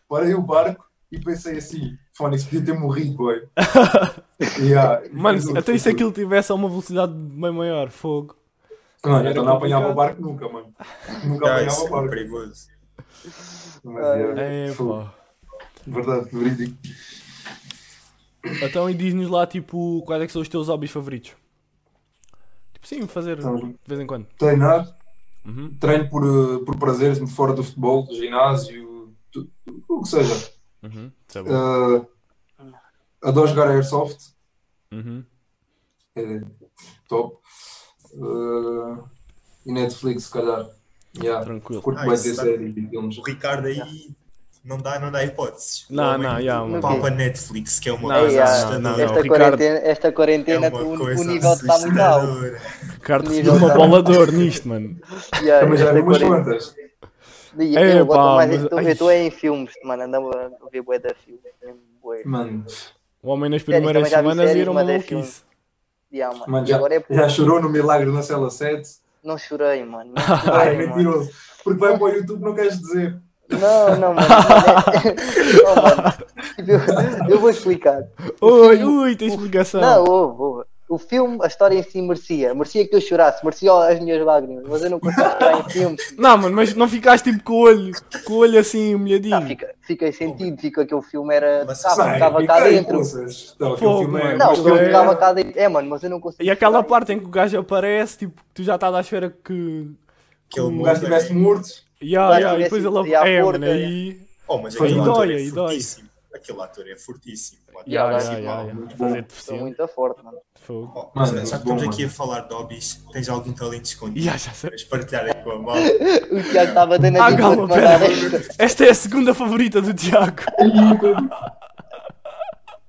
[SPEAKER 4] parei o barco e pensei assim, fone, isso podia ter morrido, boy. Yeah,
[SPEAKER 2] Mano,
[SPEAKER 4] foi duro,
[SPEAKER 2] até
[SPEAKER 4] foi
[SPEAKER 2] e se
[SPEAKER 4] duro.
[SPEAKER 2] aquilo tivesse a uma velocidade bem maior, fogo.
[SPEAKER 4] Mano, então não
[SPEAKER 2] era
[SPEAKER 4] apanhava
[SPEAKER 2] complicado.
[SPEAKER 4] o barco nunca, mano. Nunca
[SPEAKER 3] Yeah,
[SPEAKER 4] apanhava
[SPEAKER 3] isso
[SPEAKER 4] o
[SPEAKER 3] é
[SPEAKER 4] barco.
[SPEAKER 3] perigoso.
[SPEAKER 4] Mas, yeah,
[SPEAKER 2] É,
[SPEAKER 4] foi
[SPEAKER 2] pá.
[SPEAKER 4] Verdade, verídico.
[SPEAKER 2] Então e diz-nos lá, tipo, quais é que são os teus hobbies favoritos? Tipo, sim, fazer
[SPEAKER 4] Então,
[SPEAKER 2] de vez em quando.
[SPEAKER 4] Treinar,
[SPEAKER 2] Uhum.
[SPEAKER 4] treino por, eh, por prazeres fora do futebol, do ginásio, tu- o que seja.
[SPEAKER 2] Uhum. Isso é bom.
[SPEAKER 4] Eh, adoro jogar airsoft.
[SPEAKER 2] Uhum.
[SPEAKER 4] É top. Uh, e Netflix, se calhar. Yeah.
[SPEAKER 2] Tranquilo.
[SPEAKER 4] Curto
[SPEAKER 3] Ah,
[SPEAKER 4] mais
[SPEAKER 3] isso
[SPEAKER 4] ter
[SPEAKER 3] dá-
[SPEAKER 4] séries e filmes.
[SPEAKER 3] O Ricardo aí não dá, não dá hipóteses.
[SPEAKER 2] Não,
[SPEAKER 3] O homem um
[SPEAKER 2] não, yeah, mano.
[SPEAKER 3] Papa Netflix, que é uma
[SPEAKER 2] Não, É
[SPEAKER 3] coisa
[SPEAKER 1] Ei, ah,
[SPEAKER 3] assustadora.
[SPEAKER 2] não, não.
[SPEAKER 1] esta,
[SPEAKER 2] Ricardo,
[SPEAKER 1] quarentena, esta
[SPEAKER 3] É
[SPEAKER 1] quarentena,
[SPEAKER 3] uma
[SPEAKER 1] tu-
[SPEAKER 3] coisa
[SPEAKER 1] o nível está muito alto.
[SPEAKER 3] assustadora.
[SPEAKER 2] Ricardo
[SPEAKER 1] nível
[SPEAKER 2] recebeu uma
[SPEAKER 1] tá-
[SPEAKER 2] bola de ouro nisto, mano.
[SPEAKER 1] Yeah,
[SPEAKER 4] Também já vi
[SPEAKER 1] esta
[SPEAKER 4] umas
[SPEAKER 1] quarentena-
[SPEAKER 4] quantas.
[SPEAKER 1] E
[SPEAKER 2] Ei,
[SPEAKER 1] Eu gosto
[SPEAKER 2] pá,
[SPEAKER 1] mais,
[SPEAKER 2] mas-
[SPEAKER 1] eu tô-
[SPEAKER 2] ai.
[SPEAKER 1] eu estou em filmes, mano, andava a ver bué da filme. mesmo, bué.
[SPEAKER 4] Mano,
[SPEAKER 2] O homem nas
[SPEAKER 1] Sério,
[SPEAKER 2] primeiras
[SPEAKER 1] também já vi
[SPEAKER 2] semanas
[SPEAKER 1] séries,
[SPEAKER 2] era uma
[SPEAKER 1] mas é filme.
[SPEAKER 2] maluquice.
[SPEAKER 1] Yeah, mano.
[SPEAKER 4] mano
[SPEAKER 1] E
[SPEAKER 4] já,
[SPEAKER 1] agora é
[SPEAKER 4] já chorou no Milagre na Cela 7?
[SPEAKER 1] Não chorei, mano. Não
[SPEAKER 4] (laughs) Ai,
[SPEAKER 1] chorei, mano.
[SPEAKER 4] mentiroso. Porque vai para o YouTube, não queres dizer.
[SPEAKER 1] Não, não, mano. (laughs) Não, mano. Tipo, eu- Eu vou explicar.
[SPEAKER 2] Oi, ui, tem explicação.
[SPEAKER 1] Não, houve, houve. O filme, a história em si merecia. Merecia que eu chorasse, merecia as minhas lágrimas. Mas eu não consigo chorar em filmes.
[SPEAKER 2] Não, mano, mas não ficaste tipo com o olho, com o olho assim, molhadinho.
[SPEAKER 1] Não, Ah, fica, fiquei sentido, fica que o filme era.
[SPEAKER 3] Mas
[SPEAKER 1] Tava,
[SPEAKER 3] sai,
[SPEAKER 1] ficava cá
[SPEAKER 4] fiquei,
[SPEAKER 1] dentro.
[SPEAKER 4] poças. Não, aquele
[SPEAKER 2] Fogo,
[SPEAKER 4] filme é-
[SPEAKER 2] mano.
[SPEAKER 1] Não, o
[SPEAKER 2] Mas
[SPEAKER 1] filme
[SPEAKER 2] é-
[SPEAKER 1] ficava cá dentro. É, mano, mas eu não consigo.
[SPEAKER 2] E aquela
[SPEAKER 1] chorar.
[SPEAKER 2] parte em que o gajo aparece, tipo, que tu já estás à espera que.
[SPEAKER 3] Que é
[SPEAKER 4] O Um gajo estivesse morto.
[SPEAKER 2] Ya,
[SPEAKER 1] Claro,
[SPEAKER 2] ya, e
[SPEAKER 1] tivesse
[SPEAKER 2] depois
[SPEAKER 1] ido
[SPEAKER 2] ele.
[SPEAKER 1] à
[SPEAKER 2] É,
[SPEAKER 1] porta,
[SPEAKER 2] mano,
[SPEAKER 1] é.
[SPEAKER 2] aí.
[SPEAKER 3] Oh, mas
[SPEAKER 4] Foi
[SPEAKER 3] aquele
[SPEAKER 2] dói,
[SPEAKER 3] ator
[SPEAKER 2] aí
[SPEAKER 3] é
[SPEAKER 2] dói.
[SPEAKER 3] fortíssimo. Aquele ator é fortíssimo. O ator
[SPEAKER 1] Yeah,
[SPEAKER 2] Ya,
[SPEAKER 1] yeah,
[SPEAKER 2] ya,
[SPEAKER 3] principal.
[SPEAKER 2] ya, ya.
[SPEAKER 4] muito bom.
[SPEAKER 2] Fazer
[SPEAKER 1] Sou
[SPEAKER 2] deficiente.
[SPEAKER 1] muito forte, mano.
[SPEAKER 2] Fogo.
[SPEAKER 3] Oh, mas
[SPEAKER 4] Mano,
[SPEAKER 3] já que
[SPEAKER 4] bom,
[SPEAKER 3] estamos aqui
[SPEAKER 4] mano.
[SPEAKER 3] a falar de hobbies, tens algum talento escondido?
[SPEAKER 2] Ya, já sei.
[SPEAKER 3] Queres partilhar aí com a malta?
[SPEAKER 1] O Tiago estava dando a
[SPEAKER 2] Ah,
[SPEAKER 1] dica para te
[SPEAKER 2] calma,
[SPEAKER 1] mandar
[SPEAKER 2] pera.
[SPEAKER 1] esta.
[SPEAKER 2] Esta é a segunda favorita do Tiago.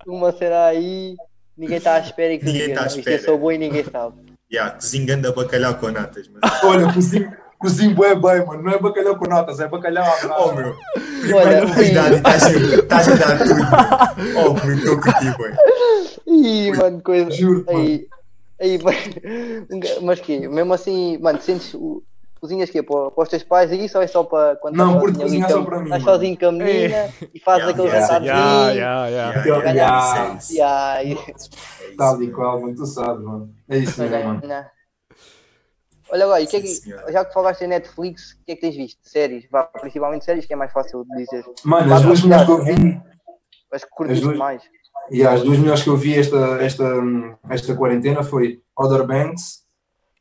[SPEAKER 1] Uma será aí. Ninguém está à espera e que
[SPEAKER 3] Ninguém
[SPEAKER 1] diga,
[SPEAKER 3] tá à
[SPEAKER 1] não, é Isto eu
[SPEAKER 3] espera.
[SPEAKER 1] sou bom e ninguém sabe.
[SPEAKER 3] Yeah, cozingando a bacalhau com natas. Mas...
[SPEAKER 4] Olha, cozinho, cozinho bem bem, mano. Não é bacalhau com notas, é bacalhau à
[SPEAKER 3] Oh,
[SPEAKER 4] brasa.
[SPEAKER 3] meu.
[SPEAKER 1] Olha,
[SPEAKER 3] Primeiro convidado e estás sempre- estás a dar tudo. meu. Oh, meu, estou contigo, ué.
[SPEAKER 1] Ih, mano, coisa.
[SPEAKER 4] Juro, mano.
[SPEAKER 1] aí, aí, (laughs) mas- um ga- mas que Mesmo assim, mano, sentes o- cozinhas que para, para os teus pais e isso ou é só para quando
[SPEAKER 4] Não,
[SPEAKER 1] estás
[SPEAKER 4] curto
[SPEAKER 1] sozinho ali
[SPEAKER 4] cozinhar só
[SPEAKER 1] com-
[SPEAKER 4] para mim,
[SPEAKER 1] Estás
[SPEAKER 4] mano.
[SPEAKER 1] sozinho com a menina e fazes
[SPEAKER 3] Yeah,
[SPEAKER 1] aquele
[SPEAKER 3] yeah,
[SPEAKER 1] jantarzinho.
[SPEAKER 2] É. Yeah, yeah, yeah.
[SPEAKER 3] Yeah, yeah,
[SPEAKER 4] Yeah.
[SPEAKER 3] isso, isso,
[SPEAKER 1] Yeah, e-
[SPEAKER 3] é isso,
[SPEAKER 4] Tal e
[SPEAKER 3] meu.
[SPEAKER 4] qual, mano. Tu sabes, mano. É isso
[SPEAKER 1] olha,
[SPEAKER 4] mesmo, mano.
[SPEAKER 1] não. Olha agora, e o que é que-
[SPEAKER 3] Sim, senhora.
[SPEAKER 1] já que falaste em Netflix, o que é que tens visto? Séries, vá, principalmente séries que é mais fácil de dizer.
[SPEAKER 4] Mano,
[SPEAKER 1] Vai
[SPEAKER 4] as duas melhores que eu
[SPEAKER 1] procurar.
[SPEAKER 4] vi.
[SPEAKER 1] Mas que
[SPEAKER 4] As
[SPEAKER 1] curtiste
[SPEAKER 4] duas-
[SPEAKER 1] mais.
[SPEAKER 4] E as duas melhores que eu vi esta, esta, hum, esta quarentena foi Other Banks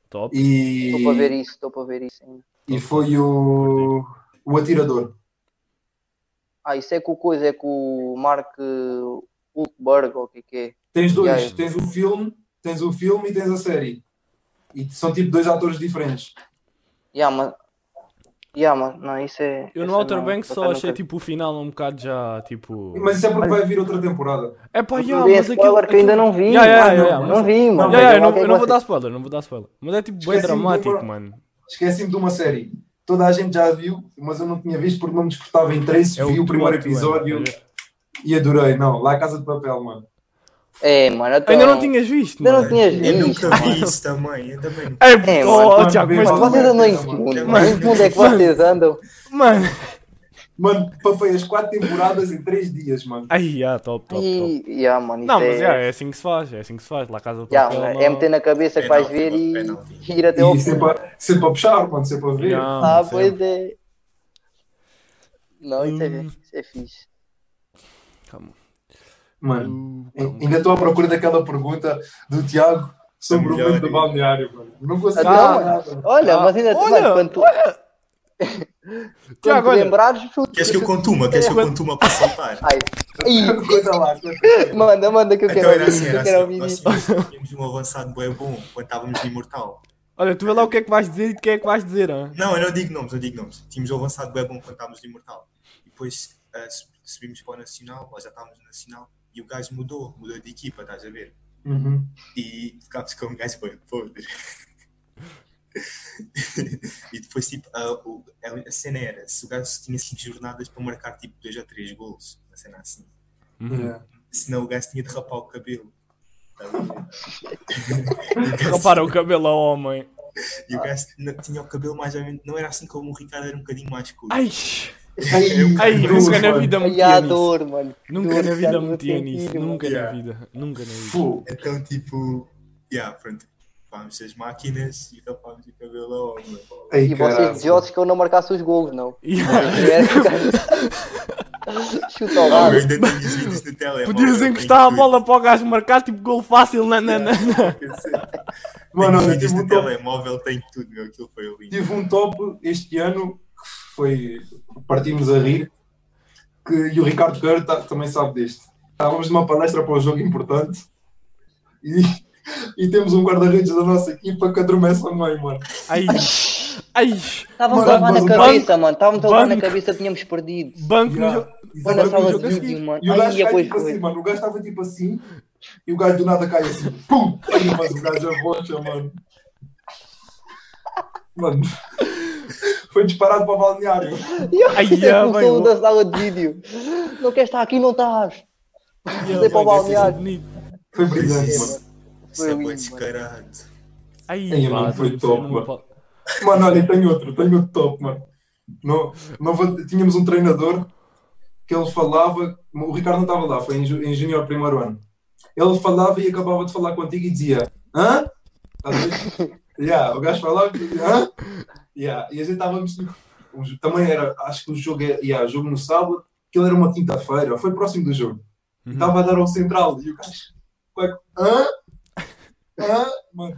[SPEAKER 2] Top.
[SPEAKER 4] e,
[SPEAKER 1] Estou para ver isso, estou para ver isso ainda.
[SPEAKER 4] e foi o, o Atirador.
[SPEAKER 1] Ah, isso é com o coisa, é com o Mark eh, Wahlberg ou o que é que é.
[SPEAKER 4] Tens dois,
[SPEAKER 1] Yeah.
[SPEAKER 4] tens o filme, tens o filme e tens a série. E são tipo dois atores diferentes.
[SPEAKER 1] Yeah, mas... Yeah, mas... Não, isso é...
[SPEAKER 2] Eu
[SPEAKER 1] isso
[SPEAKER 2] no Outer
[SPEAKER 1] não-
[SPEAKER 2] Banks
[SPEAKER 1] por
[SPEAKER 2] só
[SPEAKER 1] acaso
[SPEAKER 2] achei
[SPEAKER 1] nunca-
[SPEAKER 2] tipo o final um bocado já tipo.
[SPEAKER 4] Mas isso é porque vai vir outra temporada.
[SPEAKER 2] É pá,
[SPEAKER 1] Não
[SPEAKER 2] yeah,
[SPEAKER 1] vi
[SPEAKER 2] mas
[SPEAKER 1] spoiler
[SPEAKER 2] aquilo.
[SPEAKER 1] que eu ainda não vi.
[SPEAKER 2] Yeah,
[SPEAKER 1] Ah,
[SPEAKER 2] yeah, yeah,
[SPEAKER 1] não,
[SPEAKER 2] yeah,
[SPEAKER 1] não
[SPEAKER 2] mas-
[SPEAKER 1] vi,
[SPEAKER 2] aquilo-
[SPEAKER 1] mano.
[SPEAKER 2] Yeah,
[SPEAKER 1] Vejam lá
[SPEAKER 2] yeah, eu
[SPEAKER 1] o
[SPEAKER 2] não,
[SPEAKER 1] que é
[SPEAKER 2] eu não
[SPEAKER 1] que
[SPEAKER 2] vou dar
[SPEAKER 1] vocês-
[SPEAKER 2] spoiler, não vou dar spoiler. Mas é tipo bem
[SPEAKER 4] Esqueci-me de
[SPEAKER 2] dramático,
[SPEAKER 4] lembrar.
[SPEAKER 2] mano. É
[SPEAKER 4] Esqueci-me de uma série. Toda a gente já viu, mas eu não tinha visto porque não me despertava interesse. vi o
[SPEAKER 2] tu,
[SPEAKER 4] primeiro
[SPEAKER 2] tu,
[SPEAKER 4] episódio
[SPEAKER 2] é.
[SPEAKER 4] e adorei. Não, lá Casa de Papel, mano.
[SPEAKER 1] É, mano, então...
[SPEAKER 2] Ainda não tinhas visto,
[SPEAKER 1] Ainda não
[SPEAKER 2] mano.
[SPEAKER 1] tinhas
[SPEAKER 3] Eu
[SPEAKER 1] visto.
[SPEAKER 3] nunca vi isso também. Eu também nunca.
[SPEAKER 2] É,
[SPEAKER 1] É,
[SPEAKER 2] oh,
[SPEAKER 4] mano,
[SPEAKER 2] Tiago, mas
[SPEAKER 4] mano,
[SPEAKER 1] Mano,
[SPEAKER 2] tu-
[SPEAKER 4] mano.
[SPEAKER 1] vocês andam em que mundo? Mano, em que mundo é que vocês andam?
[SPEAKER 2] Mano.
[SPEAKER 4] Mano, papei as quatro temporadas em três dias, mano.
[SPEAKER 2] Ai, yeah, top, top, top.
[SPEAKER 1] E... Yeah, mano, isso
[SPEAKER 2] Não, mas yeah,
[SPEAKER 1] é...
[SPEAKER 2] é assim que se faz, é assim que se faz. Lá a casa do
[SPEAKER 1] Yeah,
[SPEAKER 2] papel.
[SPEAKER 1] mano,
[SPEAKER 2] não-
[SPEAKER 1] é meter na cabeça que vais ver e
[SPEAKER 3] Penalti.
[SPEAKER 1] e ir até ao
[SPEAKER 4] E
[SPEAKER 1] fim.
[SPEAKER 4] sempre a, sempre a puxar, mano, sempre a ver.
[SPEAKER 2] Yeah,
[SPEAKER 1] Ah,
[SPEAKER 2] mano,
[SPEAKER 1] pois
[SPEAKER 2] sempre.
[SPEAKER 1] é. Não, isso é,
[SPEAKER 2] Hum.
[SPEAKER 1] isso é fixe.
[SPEAKER 2] Calma.
[SPEAKER 4] Mano, ai- ainda estou à procura daquela pergunta do Tiago sobre o
[SPEAKER 3] Melhor
[SPEAKER 4] medo do
[SPEAKER 3] aí.
[SPEAKER 4] balneário, mano. Não consigo
[SPEAKER 1] Então,
[SPEAKER 4] falar
[SPEAKER 1] mano,
[SPEAKER 4] nada.
[SPEAKER 1] Olha,
[SPEAKER 2] Ah,
[SPEAKER 1] mas ainda
[SPEAKER 2] olha,
[SPEAKER 1] mano, quando tu, quando
[SPEAKER 2] Tiago,
[SPEAKER 1] tu
[SPEAKER 2] olha.
[SPEAKER 1] lembrares, tu-
[SPEAKER 3] Queres que eu conte uma? Queres que eu conte uma para saltar?
[SPEAKER 1] Ai, ai,
[SPEAKER 4] (laughs) Conta lá,
[SPEAKER 1] (laughs)
[SPEAKER 4] conta.
[SPEAKER 1] manda, manda que eu quero
[SPEAKER 3] Então era
[SPEAKER 1] ouvir
[SPEAKER 3] assim,
[SPEAKER 1] isso,
[SPEAKER 3] era
[SPEAKER 1] eu quero
[SPEAKER 3] assim.
[SPEAKER 1] ouvir
[SPEAKER 3] Nós
[SPEAKER 1] isso.
[SPEAKER 3] tínhamos- tínhamos um avançado bem bom quando estávamos no Imortal.
[SPEAKER 2] Olha, tu vê lá o que é que vais dizer e o que é que vais dizer, hã?
[SPEAKER 3] Não, eu não digo nomes, eu digo nomes. Tínhamos um avançado bem bom quando estávamos no Imortal. E depois ah, su- subimos para o Nacional, ou já estávamos no Nacional, e o gajo mudou, mudou de equipa, estás a ver?
[SPEAKER 4] Uhum.
[SPEAKER 3] E ficámos com um gajo bem podre. (laughs) e depois, tipo, a, o- a- a cena era: se o gajo tinha 5 jornadas para marcar tipo 2 ou 3 golos, uma cena assim.
[SPEAKER 2] Uhum.
[SPEAKER 4] Yeah.
[SPEAKER 3] Senão o gajo tinha de rapar o cabelo. Estás a ver?
[SPEAKER 2] Repara o cabelo ao homem.
[SPEAKER 3] E o gajo tinha- tinha o cabelo mais ou menos. Não era assim como o Ricardo, era um bocadinho mais curto.
[SPEAKER 2] Ai, ai,
[SPEAKER 4] Ai,
[SPEAKER 2] nunca na
[SPEAKER 4] mano.
[SPEAKER 2] vida
[SPEAKER 1] Ai,
[SPEAKER 2] metia
[SPEAKER 1] a
[SPEAKER 2] nisso.
[SPEAKER 1] dor, mano. que
[SPEAKER 2] Nunca
[SPEAKER 1] dor,
[SPEAKER 2] na
[SPEAKER 1] cara,
[SPEAKER 2] vida
[SPEAKER 1] eu
[SPEAKER 2] metia
[SPEAKER 1] senti,
[SPEAKER 2] nisso.
[SPEAKER 1] assim, mano.
[SPEAKER 2] Nunca na
[SPEAKER 3] Yeah.
[SPEAKER 2] vida. Nunca na vida.
[SPEAKER 4] Fogo.
[SPEAKER 3] Então, tipo, yeah, pronto, vamos as máquinas e rapámos o cabelo ao homem.
[SPEAKER 4] Ai,
[SPEAKER 1] E
[SPEAKER 4] caralho.
[SPEAKER 1] vocês desejosos que eu não marcasse os gols, não.
[SPEAKER 2] Yeah.
[SPEAKER 1] Chuta ao
[SPEAKER 3] Ah,
[SPEAKER 1] lado.
[SPEAKER 3] eu ainda tenho os vídeos no telemóvel.
[SPEAKER 2] Podias
[SPEAKER 3] eu
[SPEAKER 2] encostar a
[SPEAKER 3] tenho
[SPEAKER 2] bola para o gajo marcar, tipo gol fácil. Na, na, na.
[SPEAKER 3] tudo, quer dizer,
[SPEAKER 4] Mano,
[SPEAKER 3] tenho os
[SPEAKER 4] eu
[SPEAKER 3] vídeos
[SPEAKER 4] tive
[SPEAKER 3] no
[SPEAKER 4] um, top,
[SPEAKER 3] telemóvel, tenho tudo, meu, aquilo foi lindo.
[SPEAKER 4] tive um top este ano que foi. Partimos a rir. Que, e o Ricardo Queiro tá- também sabe deste. Estávamos numa palestra para um jogo importante e, (laughs) e temos um guarda-redes da nossa equipa que adormece a meio, mano.
[SPEAKER 2] Ai, ai.
[SPEAKER 1] Estávamos a
[SPEAKER 4] Mano,
[SPEAKER 1] levar um na
[SPEAKER 4] mas o
[SPEAKER 1] cabeça, mano. Estávamos a levar na
[SPEAKER 2] banco-
[SPEAKER 1] cabeça, tínhamos perdido.
[SPEAKER 2] Banco no
[SPEAKER 4] Yeah.
[SPEAKER 2] jogo.
[SPEAKER 4] Isso
[SPEAKER 1] Olha
[SPEAKER 4] é
[SPEAKER 1] só
[SPEAKER 4] bem
[SPEAKER 1] o
[SPEAKER 4] jogo assim.
[SPEAKER 1] vídeo, mano.
[SPEAKER 4] E o
[SPEAKER 1] Ai,
[SPEAKER 4] gajo
[SPEAKER 1] é,
[SPEAKER 4] cai
[SPEAKER 1] pois
[SPEAKER 4] tipo assim,
[SPEAKER 1] foi.
[SPEAKER 4] mano. O gajo estava tipo assim e o gajo do nada cai assim. Pum! Aí, mas o gajo arrocha, mano. Mano. (laughs) Foi disparado para o balneário.
[SPEAKER 1] E eu
[SPEAKER 2] Ai,
[SPEAKER 1] fiquei (laughs)
[SPEAKER 2] ah,
[SPEAKER 1] com o
[SPEAKER 2] bem
[SPEAKER 1] som
[SPEAKER 2] bom.
[SPEAKER 1] da sala de vídeo. Não queres estar aqui, não estás. Dei para o
[SPEAKER 2] Vai, deve ser
[SPEAKER 1] balneário.
[SPEAKER 2] bonito.
[SPEAKER 4] Foi brilhante, mano.
[SPEAKER 3] Isso isso é
[SPEAKER 1] lindo,
[SPEAKER 3] bem
[SPEAKER 1] mano.
[SPEAKER 3] descarado.
[SPEAKER 2] Ai,
[SPEAKER 4] Ei,
[SPEAKER 2] pá,
[SPEAKER 4] mano, foi
[SPEAKER 2] não sei,
[SPEAKER 4] top,
[SPEAKER 2] não me
[SPEAKER 4] mano.
[SPEAKER 2] pode-
[SPEAKER 4] Mano, olha, tenho outro, tenho outro top, mano. Não, não vou- tínhamos um treinador que ele falava, o Ricardo não estava lá, foi em, ju- em junior primeiro ano. Ele falava e acabava de falar contigo e dizia, hã? Estás a ver? yeah, o gajo falava e dizia, hã? Yeah, e a gente estávamos. tipo, o jo- Também era, acho que o jogo é, yeah, o jogo no sábado, aquilo era uma quinta-feira, foi próximo do jogo.
[SPEAKER 2] Uhum.
[SPEAKER 4] Estava a dar ao central e o gajo, "Ué, hã? Hã? Mano,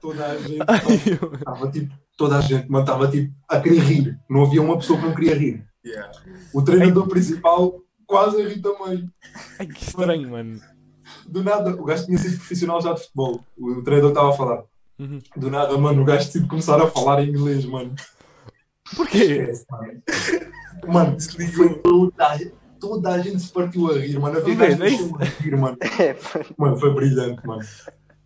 [SPEAKER 4] toda a gente.
[SPEAKER 2] (laughs) Ai, eu-
[SPEAKER 4] Estava tipo, toda a gente, mano, estava tipo a querer rir. Não havia uma pessoa que não queria rir.
[SPEAKER 3] Yeah.
[SPEAKER 4] O treinador principal quase a rir também.
[SPEAKER 2] Ai, que estranho, mano.
[SPEAKER 4] Do nada, o gajo tinha sido profissional já de futebol. O, o treinador estava a falar.
[SPEAKER 2] Uhum.
[SPEAKER 4] Do nada, mano, o gajo decide começar a falar em inglês, mano.
[SPEAKER 2] Porquê?
[SPEAKER 4] Esquece, mano. Mano, foi toda a, gente- toda a gente se partiu a rir, mano. Havia
[SPEAKER 2] Vês,
[SPEAKER 4] gajos
[SPEAKER 2] é
[SPEAKER 4] que
[SPEAKER 2] isso?
[SPEAKER 4] se a rir, mano.
[SPEAKER 1] É, foi.
[SPEAKER 4] Mano, foi brilhante, mano.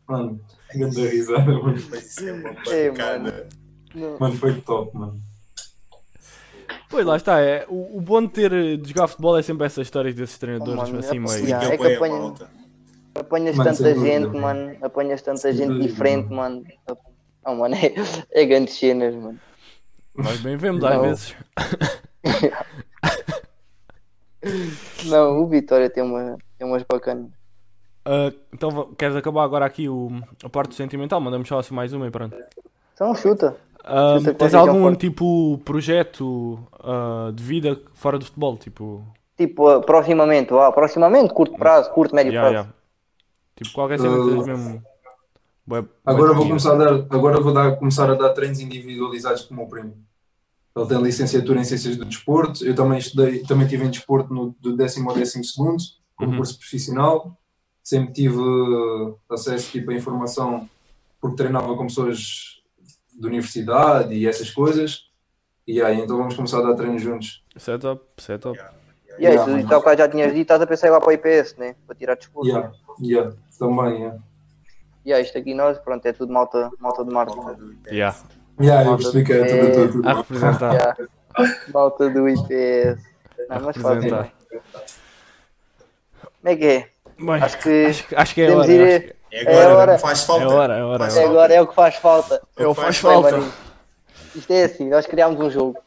[SPEAKER 4] Mano, grande risada, mano.
[SPEAKER 3] Mas isso é uma
[SPEAKER 1] É,
[SPEAKER 3] pancada.
[SPEAKER 1] Não.
[SPEAKER 4] Mano, foi top, mano.
[SPEAKER 2] Pois lá está, é. O, o bom de ter eh, de jogar futebol é sempre essas histórias desses treinadores
[SPEAKER 1] Oh, mano,
[SPEAKER 2] assim
[SPEAKER 1] é
[SPEAKER 2] meio.
[SPEAKER 1] possível. Yeah, é que
[SPEAKER 3] bué a
[SPEAKER 1] apanha-
[SPEAKER 3] malta.
[SPEAKER 1] Apanhas
[SPEAKER 4] Mano,
[SPEAKER 1] tanta
[SPEAKER 4] sem dúvida,
[SPEAKER 1] gente,
[SPEAKER 4] mano.
[SPEAKER 1] mano. Apanhas tanta
[SPEAKER 4] Sem
[SPEAKER 1] gente
[SPEAKER 4] dúvida,
[SPEAKER 1] diferente, mano. Não, mano, é, é grandes cenas, mano.
[SPEAKER 2] Nós bem vemos às
[SPEAKER 1] Não.
[SPEAKER 2] vezes.
[SPEAKER 1] Não, o Vitória tem, uma, tem umas bacanas.
[SPEAKER 2] Ah, então va- queres acabar agora aqui o, a parte sentimental? Mandamos só assim mais uma e pronto.
[SPEAKER 1] Então chuta.
[SPEAKER 2] Ah,
[SPEAKER 1] Essa
[SPEAKER 2] tens
[SPEAKER 1] coisa que eu
[SPEAKER 2] algum
[SPEAKER 1] falo.
[SPEAKER 2] tipo projeto ah, de vida fora do futebol? Tipo.
[SPEAKER 1] Tipo, ah, proximamente, vá, proximamente, curto prazo, curto, médio
[SPEAKER 2] Yeah,
[SPEAKER 1] prazo.
[SPEAKER 2] yeah. Tipo qualquer cena que seja mesmo. bué- bué
[SPEAKER 4] Agora vou
[SPEAKER 2] pequena.
[SPEAKER 4] começar a dar, agora vou dar, começar a dar treinos individualizados com o meu primo. Ele tem licenciatura em Ciências do Desporto, eu também estudei, também tive em desporto no, do décimo ao décimo segundo, como
[SPEAKER 2] Uhum.
[SPEAKER 4] curso profissional. Sempre tive eh, acesso tipo, à informação porque treinava com pessoas de universidade e essas coisas. E aí, então vamos começar a dar treinos juntos.
[SPEAKER 2] Setup, setup.
[SPEAKER 1] E aí,
[SPEAKER 4] Yeah,
[SPEAKER 1] tu-
[SPEAKER 4] mano.
[SPEAKER 1] tal qual já tinhas dito, estás a pensar igual para o IPS, né? Para tirar discurso.
[SPEAKER 4] Yeah, yeah, também, yeah.
[SPEAKER 1] E aí, isto aqui nós, pronto, é tudo malta, malta de marketing.
[SPEAKER 2] Yeah.
[SPEAKER 4] Yeah, eu percebi que era tudo, tudo, tudo.
[SPEAKER 2] A representar.
[SPEAKER 1] Yeah. Malta do IPS. Não, mas fácil.
[SPEAKER 2] representar.
[SPEAKER 1] Como é que é?
[SPEAKER 2] Bem,
[SPEAKER 1] Acho que
[SPEAKER 2] acho, que- acho que é a
[SPEAKER 1] podemos
[SPEAKER 2] hora.
[SPEAKER 1] ir-
[SPEAKER 2] acho que-
[SPEAKER 3] É
[SPEAKER 1] É
[SPEAKER 3] agora,
[SPEAKER 1] hora.
[SPEAKER 3] não faz falta.
[SPEAKER 2] É hora, é hora, é
[SPEAKER 3] Faz
[SPEAKER 1] É
[SPEAKER 3] falta.
[SPEAKER 1] agora é o que faz falta.
[SPEAKER 2] É o que faz
[SPEAKER 3] Faz falta.
[SPEAKER 2] falta.
[SPEAKER 1] Marinho. Isto é assim, nós criámos um jogo.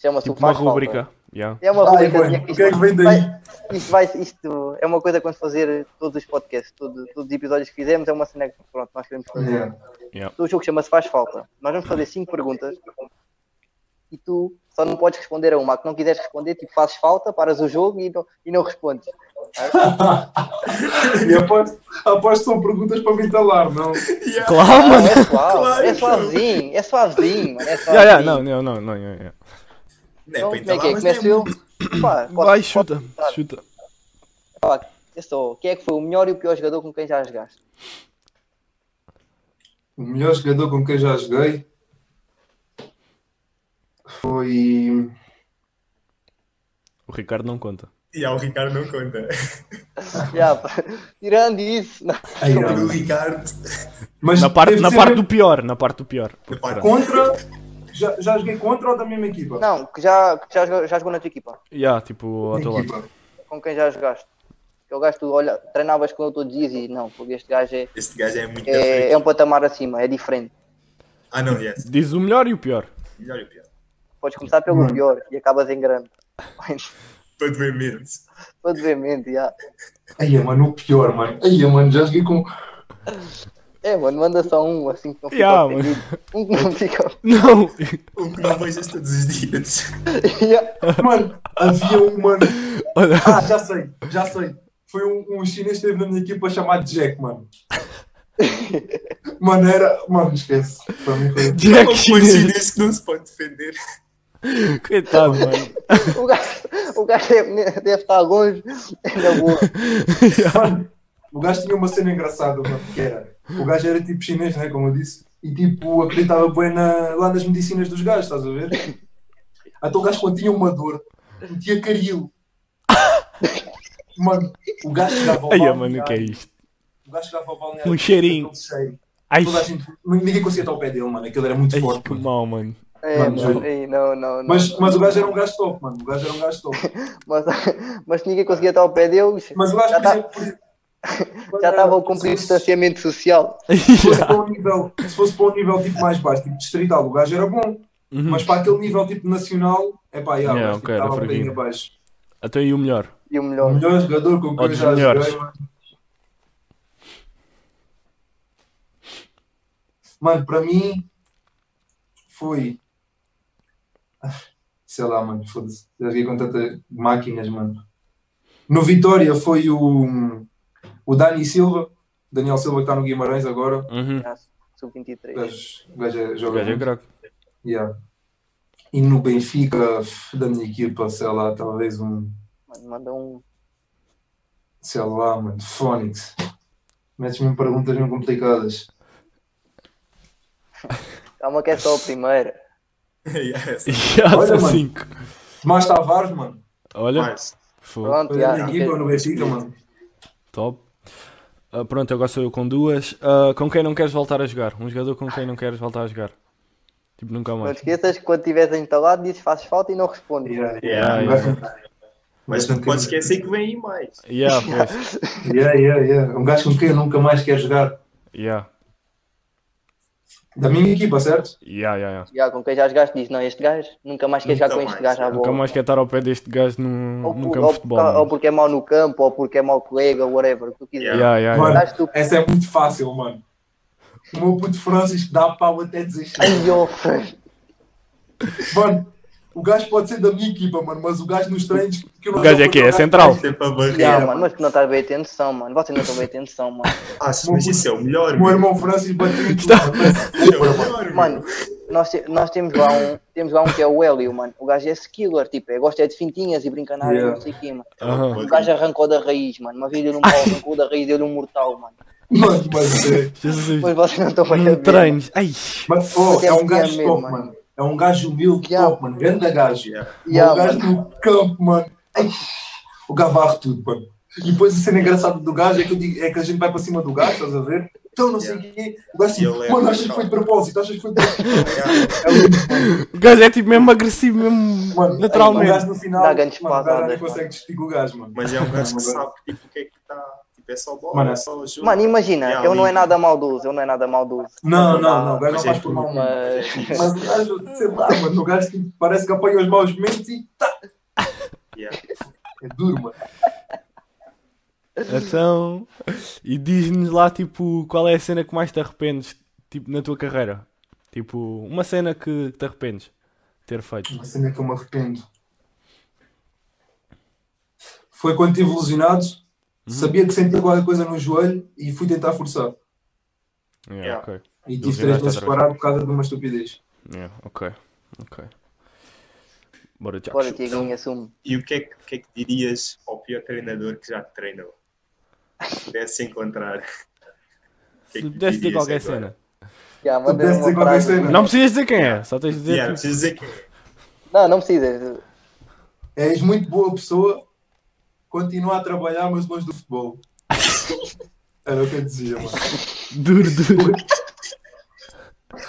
[SPEAKER 1] Chama-se o
[SPEAKER 2] Tipo
[SPEAKER 1] que
[SPEAKER 2] uma
[SPEAKER 1] faz falta.
[SPEAKER 2] rubrica. Yeah.
[SPEAKER 1] É uma
[SPEAKER 4] Ai,
[SPEAKER 1] rubrica.
[SPEAKER 4] bueno,
[SPEAKER 1] isto
[SPEAKER 4] o que é que vem daí?
[SPEAKER 1] vai- Isto, vai, isto é uma coisa que vamos fazer todos os podcasts, todo- todos os episódios que fizemos, é uma cena que pronto, nós queremos fazer.
[SPEAKER 4] Yeah.
[SPEAKER 1] Então O jogo chama-se Faz Falta. Nós vamos fazer cinco perguntas e tu só não podes responder a uma. A que não quiseres responder, tipo, fazes falta, paras o jogo e não, e não respondes.
[SPEAKER 4] E aposto, aposto que são perguntas para me entalar, não?
[SPEAKER 2] Claro,
[SPEAKER 1] Ah,
[SPEAKER 2] mano.
[SPEAKER 4] (laughs)
[SPEAKER 1] é suave,
[SPEAKER 3] Claro.
[SPEAKER 1] é suavezinho, é suavezinho, mano, é
[SPEAKER 2] (laughs) Yeah,
[SPEAKER 1] suavezinho.
[SPEAKER 2] yeah, não, não, não, não. yeah, yeah.
[SPEAKER 3] Não é
[SPEAKER 1] Então,
[SPEAKER 3] para
[SPEAKER 1] como é
[SPEAKER 3] entrar
[SPEAKER 1] que
[SPEAKER 3] lá,
[SPEAKER 1] é?
[SPEAKER 3] mas não é
[SPEAKER 1] Começo eu?
[SPEAKER 3] muito.
[SPEAKER 4] um.
[SPEAKER 1] Pá, posso-
[SPEAKER 2] Vai, chuta,
[SPEAKER 1] posso-
[SPEAKER 2] chuta.
[SPEAKER 1] É só, quem é que foi o melhor e o pior jogador com quem já jogaste? (laughs)
[SPEAKER 4] O melhor jogador com quem já joguei foi.
[SPEAKER 2] O Ricardo não conta.
[SPEAKER 3] Yeah, o Ricardo não conta.
[SPEAKER 1] Já, pá, tirando isso, não.
[SPEAKER 4] Ai, não.
[SPEAKER 3] O Ricardo,
[SPEAKER 4] Mas
[SPEAKER 2] Na parte,
[SPEAKER 4] teve
[SPEAKER 2] na
[SPEAKER 4] de
[SPEAKER 2] parte
[SPEAKER 4] ser
[SPEAKER 2] do pior, na parte do pior. Porque,
[SPEAKER 3] parte-
[SPEAKER 2] pronto.
[SPEAKER 4] Contra. Já, já joguei contra ou da mesma equipa?
[SPEAKER 1] Não, que já, que já, jogou- já jogou na tua equipa,
[SPEAKER 2] Yeah, tipo, ao teu
[SPEAKER 4] Mesma
[SPEAKER 2] lado.
[SPEAKER 4] equipa.
[SPEAKER 1] com quem já jogaste. Aquele gajo, tu olha, treinavas com ele todos os dias e não, porque este gajo é,
[SPEAKER 3] este gajo é muito
[SPEAKER 1] é,
[SPEAKER 3] diferente.
[SPEAKER 1] é um patamar acima, é diferente.
[SPEAKER 3] Ah, não, yes.
[SPEAKER 2] Diz o melhor e o pior. (laughs)
[SPEAKER 3] Melhor e o pior.
[SPEAKER 1] Podes começar pelo
[SPEAKER 4] Mano.
[SPEAKER 1] pior e acabas em grande.
[SPEAKER 3] Para doer menos.
[SPEAKER 1] Todo bem, mente, já.
[SPEAKER 4] Ai, mano, o pior, mano. Ai, mano, já joguei com.
[SPEAKER 1] É, mano, manda só um assim que não fica
[SPEAKER 2] Yeah,
[SPEAKER 1] ofendido. Um que não fica.
[SPEAKER 2] Não! (laughs)
[SPEAKER 3] Um que não vejas todos os dias.
[SPEAKER 1] Yeah.
[SPEAKER 4] Mano, havia um, mano.
[SPEAKER 2] Olha.
[SPEAKER 4] Ah, já sei, já sei. Foi um, um chinês que esteve na minha equipa chamado Jack, mano. Mano, era. Mano, esquece. Para mim foi.
[SPEAKER 2] Jack
[SPEAKER 3] Ou por
[SPEAKER 2] Chinês.
[SPEAKER 3] chinês que não se pode defender. (laughs)
[SPEAKER 2] Coitado, mano.
[SPEAKER 1] O gajo, o gajo deve, deve estar longe. É na boa.
[SPEAKER 4] Mano, o gajo tinha uma cena engraçada, mano, que era. O gajo era tipo chinês, né, como eu disse, e tipo acreditava bem na- lá nas medicinas dos gajos, estás a ver? Então o gajo quando tinha uma dor, metia caril. Mano, o gajo chegava ao
[SPEAKER 2] Ai,
[SPEAKER 4] balneário,
[SPEAKER 2] mano, o que é isto?
[SPEAKER 4] O gajo chegava ao balneário.
[SPEAKER 2] Um cheirinho.
[SPEAKER 4] aquele cheiro.
[SPEAKER 2] Ai,
[SPEAKER 4] Toda a gente, ninguém conseguia estar ao pé dele, mano, aquilo era muito
[SPEAKER 2] ai,
[SPEAKER 4] forte.
[SPEAKER 2] que
[SPEAKER 4] mano.
[SPEAKER 2] mal, mano.
[SPEAKER 1] É,
[SPEAKER 4] Mano,
[SPEAKER 1] mano,
[SPEAKER 4] juro.
[SPEAKER 1] ei, não, não, não.
[SPEAKER 4] Mas, mas o gajo era um gajo top, mano. O gajo era um gajo top.
[SPEAKER 1] Mas, (laughs) mas ninguém conseguia estar ao pé dele.
[SPEAKER 4] Mas o gajo,
[SPEAKER 1] Já
[SPEAKER 4] por
[SPEAKER 1] tá-
[SPEAKER 4] exemplo, por exemplo,
[SPEAKER 1] Já estava a cumprir o
[SPEAKER 4] um
[SPEAKER 1] distanciamento social.
[SPEAKER 4] se
[SPEAKER 2] (laughs)
[SPEAKER 4] fosse, para um nível, se fosse para um nível tipo mais baixo, tipo distrital, o gajo era bom.
[SPEAKER 2] Uhum.
[SPEAKER 4] Mas para aquele nível tipo nacional, é pá, yeah,
[SPEAKER 2] Yeah,
[SPEAKER 4] o gajo, tipo,
[SPEAKER 2] ok, era
[SPEAKER 4] estava um bocadinho
[SPEAKER 2] fraquinho.
[SPEAKER 4] abaixo.
[SPEAKER 2] Até aí o melhor.
[SPEAKER 1] E o
[SPEAKER 4] O
[SPEAKER 1] melhor.
[SPEAKER 4] melhor jogador com
[SPEAKER 2] Ou
[SPEAKER 4] quem eu
[SPEAKER 2] dos
[SPEAKER 4] já
[SPEAKER 2] melhores.
[SPEAKER 4] joguei, mano. Mano, para mim foi. ah, Sei lá, mano, foda-se. Já joguei com tantas máquinas, mano. No Vitória foi o, o Dani Silva, Daniel Silva que está no Guimarães agora.
[SPEAKER 2] Uhum.
[SPEAKER 1] né,
[SPEAKER 4] O
[SPEAKER 1] Sub-23.
[SPEAKER 4] gajo, o gajo é-
[SPEAKER 2] O gajo
[SPEAKER 4] joga
[SPEAKER 2] é
[SPEAKER 4] muito.
[SPEAKER 2] grogo.
[SPEAKER 4] Yeah. E no Benfica, f- da minha equipa, sei lá, talvez um,
[SPEAKER 1] Mano, manda um.
[SPEAKER 4] sei lá, mano, Fónix. Metes-me em perguntas não complicadas.
[SPEAKER 1] Calma que é só a primeira.
[SPEAKER 3] yes.
[SPEAKER 2] Já
[SPEAKER 4] Olha,
[SPEAKER 2] são
[SPEAKER 4] mano.
[SPEAKER 2] 5.
[SPEAKER 4] Tomás Tavares, mano,
[SPEAKER 2] Olha,
[SPEAKER 3] Mas,
[SPEAKER 2] fogo.
[SPEAKER 1] Pronto,
[SPEAKER 4] foi da
[SPEAKER 1] já.
[SPEAKER 4] minha
[SPEAKER 1] ok.
[SPEAKER 4] equipa no Benfica, mano.
[SPEAKER 2] Top. Ah, pronto, agora sou eu com duas. Ah, com quem não queres voltar a jogar? Um jogador com quem não queres voltar a jogar? Tipo, nunca
[SPEAKER 1] Não te
[SPEAKER 2] mais.
[SPEAKER 1] esqueças que quando estiveres entalado, dizes fazes falta e não respondes.
[SPEAKER 4] Yeah, Um
[SPEAKER 3] Yeah,
[SPEAKER 4] yeah.
[SPEAKER 3] Mas não podes esquecer que vem aí mais.
[SPEAKER 1] (laughs)
[SPEAKER 2] Yeah, pois.
[SPEAKER 4] Yeah, yeah, yeah. Um gajo com quem eu nunca mais quer jogar.
[SPEAKER 2] Yeah.
[SPEAKER 4] Da minha equipa, certo?
[SPEAKER 2] Yeah, yeah, yeah.
[SPEAKER 1] Já, com quem já jogaste, diz não, este gajo, nunca mais queres
[SPEAKER 3] Nunca
[SPEAKER 1] jogar com este
[SPEAKER 3] mais,
[SPEAKER 1] gajo à
[SPEAKER 3] nunca
[SPEAKER 1] bola.
[SPEAKER 2] Nunca mais quer estar ao pé deste gajo num,
[SPEAKER 1] Ou,
[SPEAKER 2] num
[SPEAKER 1] por-
[SPEAKER 2] campo
[SPEAKER 1] ou
[SPEAKER 2] de futebol.
[SPEAKER 1] por- ou
[SPEAKER 2] mano.
[SPEAKER 1] porque é mau no campo, ou porque é mau colega, whatever, o que tu quiser.
[SPEAKER 3] Yeah.
[SPEAKER 2] Yeah, yeah, yeah.
[SPEAKER 4] Mano,
[SPEAKER 1] Estás tu-
[SPEAKER 4] essa é muito fácil, mano. O meu puto Francisco dá pau até desistir.
[SPEAKER 1] Ai, oh, (laughs) Fran.
[SPEAKER 4] Mano, o gajo pode ser da minha equipa, mano, mas o gajo nos treinos. que eu não
[SPEAKER 2] O gajo é
[SPEAKER 4] dou
[SPEAKER 2] que
[SPEAKER 4] para
[SPEAKER 2] é
[SPEAKER 4] jogar,
[SPEAKER 2] central.
[SPEAKER 3] Sempre a barreira.
[SPEAKER 1] Yeah, mano, mas tu não estás bem atenção, mano. Vocês não estão bem atenção, mano.
[SPEAKER 3] Ah, mas isso é o melhor.
[SPEAKER 4] O meu
[SPEAKER 3] meu.
[SPEAKER 4] irmão Francisco bateu em tudo. mano.
[SPEAKER 3] Isso é o melhor.
[SPEAKER 1] Mano, nós, te- nós temos, lá um, temos lá um que é o Hélio, mano. O gajo é skiller, tipo, é, gosta é de fintinhas e brincar na área,
[SPEAKER 4] Yeah.
[SPEAKER 1] não sei o quê, mano.
[SPEAKER 2] Aham.
[SPEAKER 1] O gajo arrancou da raiz, mano. Uma vez deu-lhe um pau, arrancou da raiz, deu-lhe um mortal, mano.
[SPEAKER 4] Mano, mas é.
[SPEAKER 2] Jesus.
[SPEAKER 1] Mas vocês não estão
[SPEAKER 4] Um
[SPEAKER 1] bem a
[SPEAKER 2] Num
[SPEAKER 1] ver. mano.
[SPEAKER 2] treino. Ai.
[SPEAKER 4] Mas, oh, é um gajo
[SPEAKER 1] Mesmo,
[SPEAKER 4] top,
[SPEAKER 1] mano.
[SPEAKER 4] mano. É um gajo humilde,
[SPEAKER 1] Yeah.
[SPEAKER 4] top, mano. Grande gajo.
[SPEAKER 3] Yeah.
[SPEAKER 1] Yeah,
[SPEAKER 4] o gajo no campo, mano. Ai, o gavarro tudo, mano. E depois a cena engraçada do gajo é que, eu digo- é que a gente vai para cima do gajo, estás a ver? Então não sei o quê. O gajo
[SPEAKER 3] E ele
[SPEAKER 4] assim,
[SPEAKER 3] é
[SPEAKER 4] mano, achas que
[SPEAKER 3] brutal.
[SPEAKER 4] foi de propósito? Achas que foi de propósito?
[SPEAKER 3] Yeah.
[SPEAKER 4] É lindo,
[SPEAKER 2] O gajo é tipo mesmo agressivo, mesmo
[SPEAKER 4] mano. O
[SPEAKER 2] naturalmente.
[SPEAKER 4] gajo no final,
[SPEAKER 1] Dá grandes
[SPEAKER 4] mano, o gajo nem
[SPEAKER 1] patadas,
[SPEAKER 4] consegue
[SPEAKER 1] mano.
[SPEAKER 4] distinguir o gajo, mano.
[SPEAKER 3] Mas é um gajo que sabe tipo, o que é que está. Tipo, é só bola,
[SPEAKER 4] Mano,
[SPEAKER 3] é só o jogo.
[SPEAKER 1] Mano, imagina,
[SPEAKER 3] Yeah,
[SPEAKER 1] eu não é
[SPEAKER 3] lindo.
[SPEAKER 1] nada maldoso, eu não é nada maldoso.
[SPEAKER 4] Não, não, não. O gajo não
[SPEAKER 3] Mas é
[SPEAKER 4] faz por
[SPEAKER 3] tudo,
[SPEAKER 4] mal, mano.
[SPEAKER 1] Mas.
[SPEAKER 4] Mas o gajo, sei lá, mano. O gajo que parece que apanha os maus momentos e tá.
[SPEAKER 3] (laughs) Yeah.
[SPEAKER 4] É duro, mano.
[SPEAKER 2] Então. E diz-nos lá, tipo, qual é a cena que mais te arrependes, tipo, na tua carreira? Tipo, uma cena que te arrependes de ter feito.
[SPEAKER 4] Uma cena que eu me arrependo. Foi quando estive lesionado, sabia que sentia qualquer coisa no joelho e fui tentar forçar.
[SPEAKER 2] Yeah,
[SPEAKER 3] Yeah.
[SPEAKER 2] ok.
[SPEAKER 4] E tive
[SPEAKER 2] Lesionaste
[SPEAKER 4] três meses
[SPEAKER 2] outra vez.
[SPEAKER 4] parado por causa de uma estupidez.
[SPEAKER 2] Yeah, ok. Ok. Bora, Tiago.
[SPEAKER 1] Bora, Tiaguinho, assume.
[SPEAKER 3] E o que, é que, o que é que dirias ao pior treinador que já te treinou? Se pudesse encontrar. (laughs) O que é
[SPEAKER 2] Se
[SPEAKER 3] que
[SPEAKER 2] pudesse dizer
[SPEAKER 3] dirias
[SPEAKER 2] qualquer
[SPEAKER 3] agora?
[SPEAKER 2] cena.
[SPEAKER 1] Já,
[SPEAKER 4] Tu
[SPEAKER 1] manda
[SPEAKER 4] pudesse dizer
[SPEAKER 1] uma
[SPEAKER 4] qualquer
[SPEAKER 1] frase.
[SPEAKER 4] cena.
[SPEAKER 2] Não precisas dizer quem é, só tens de dizer.
[SPEAKER 3] Yeah,
[SPEAKER 2] que-
[SPEAKER 3] preciso dizer que é
[SPEAKER 1] Não, não precisas.
[SPEAKER 4] És muito boa pessoa, continua a trabalhar, mas longe do futebol. (laughs) Era o que eu dizia, mano.
[SPEAKER 2] tipo, Duro, duro. (laughs)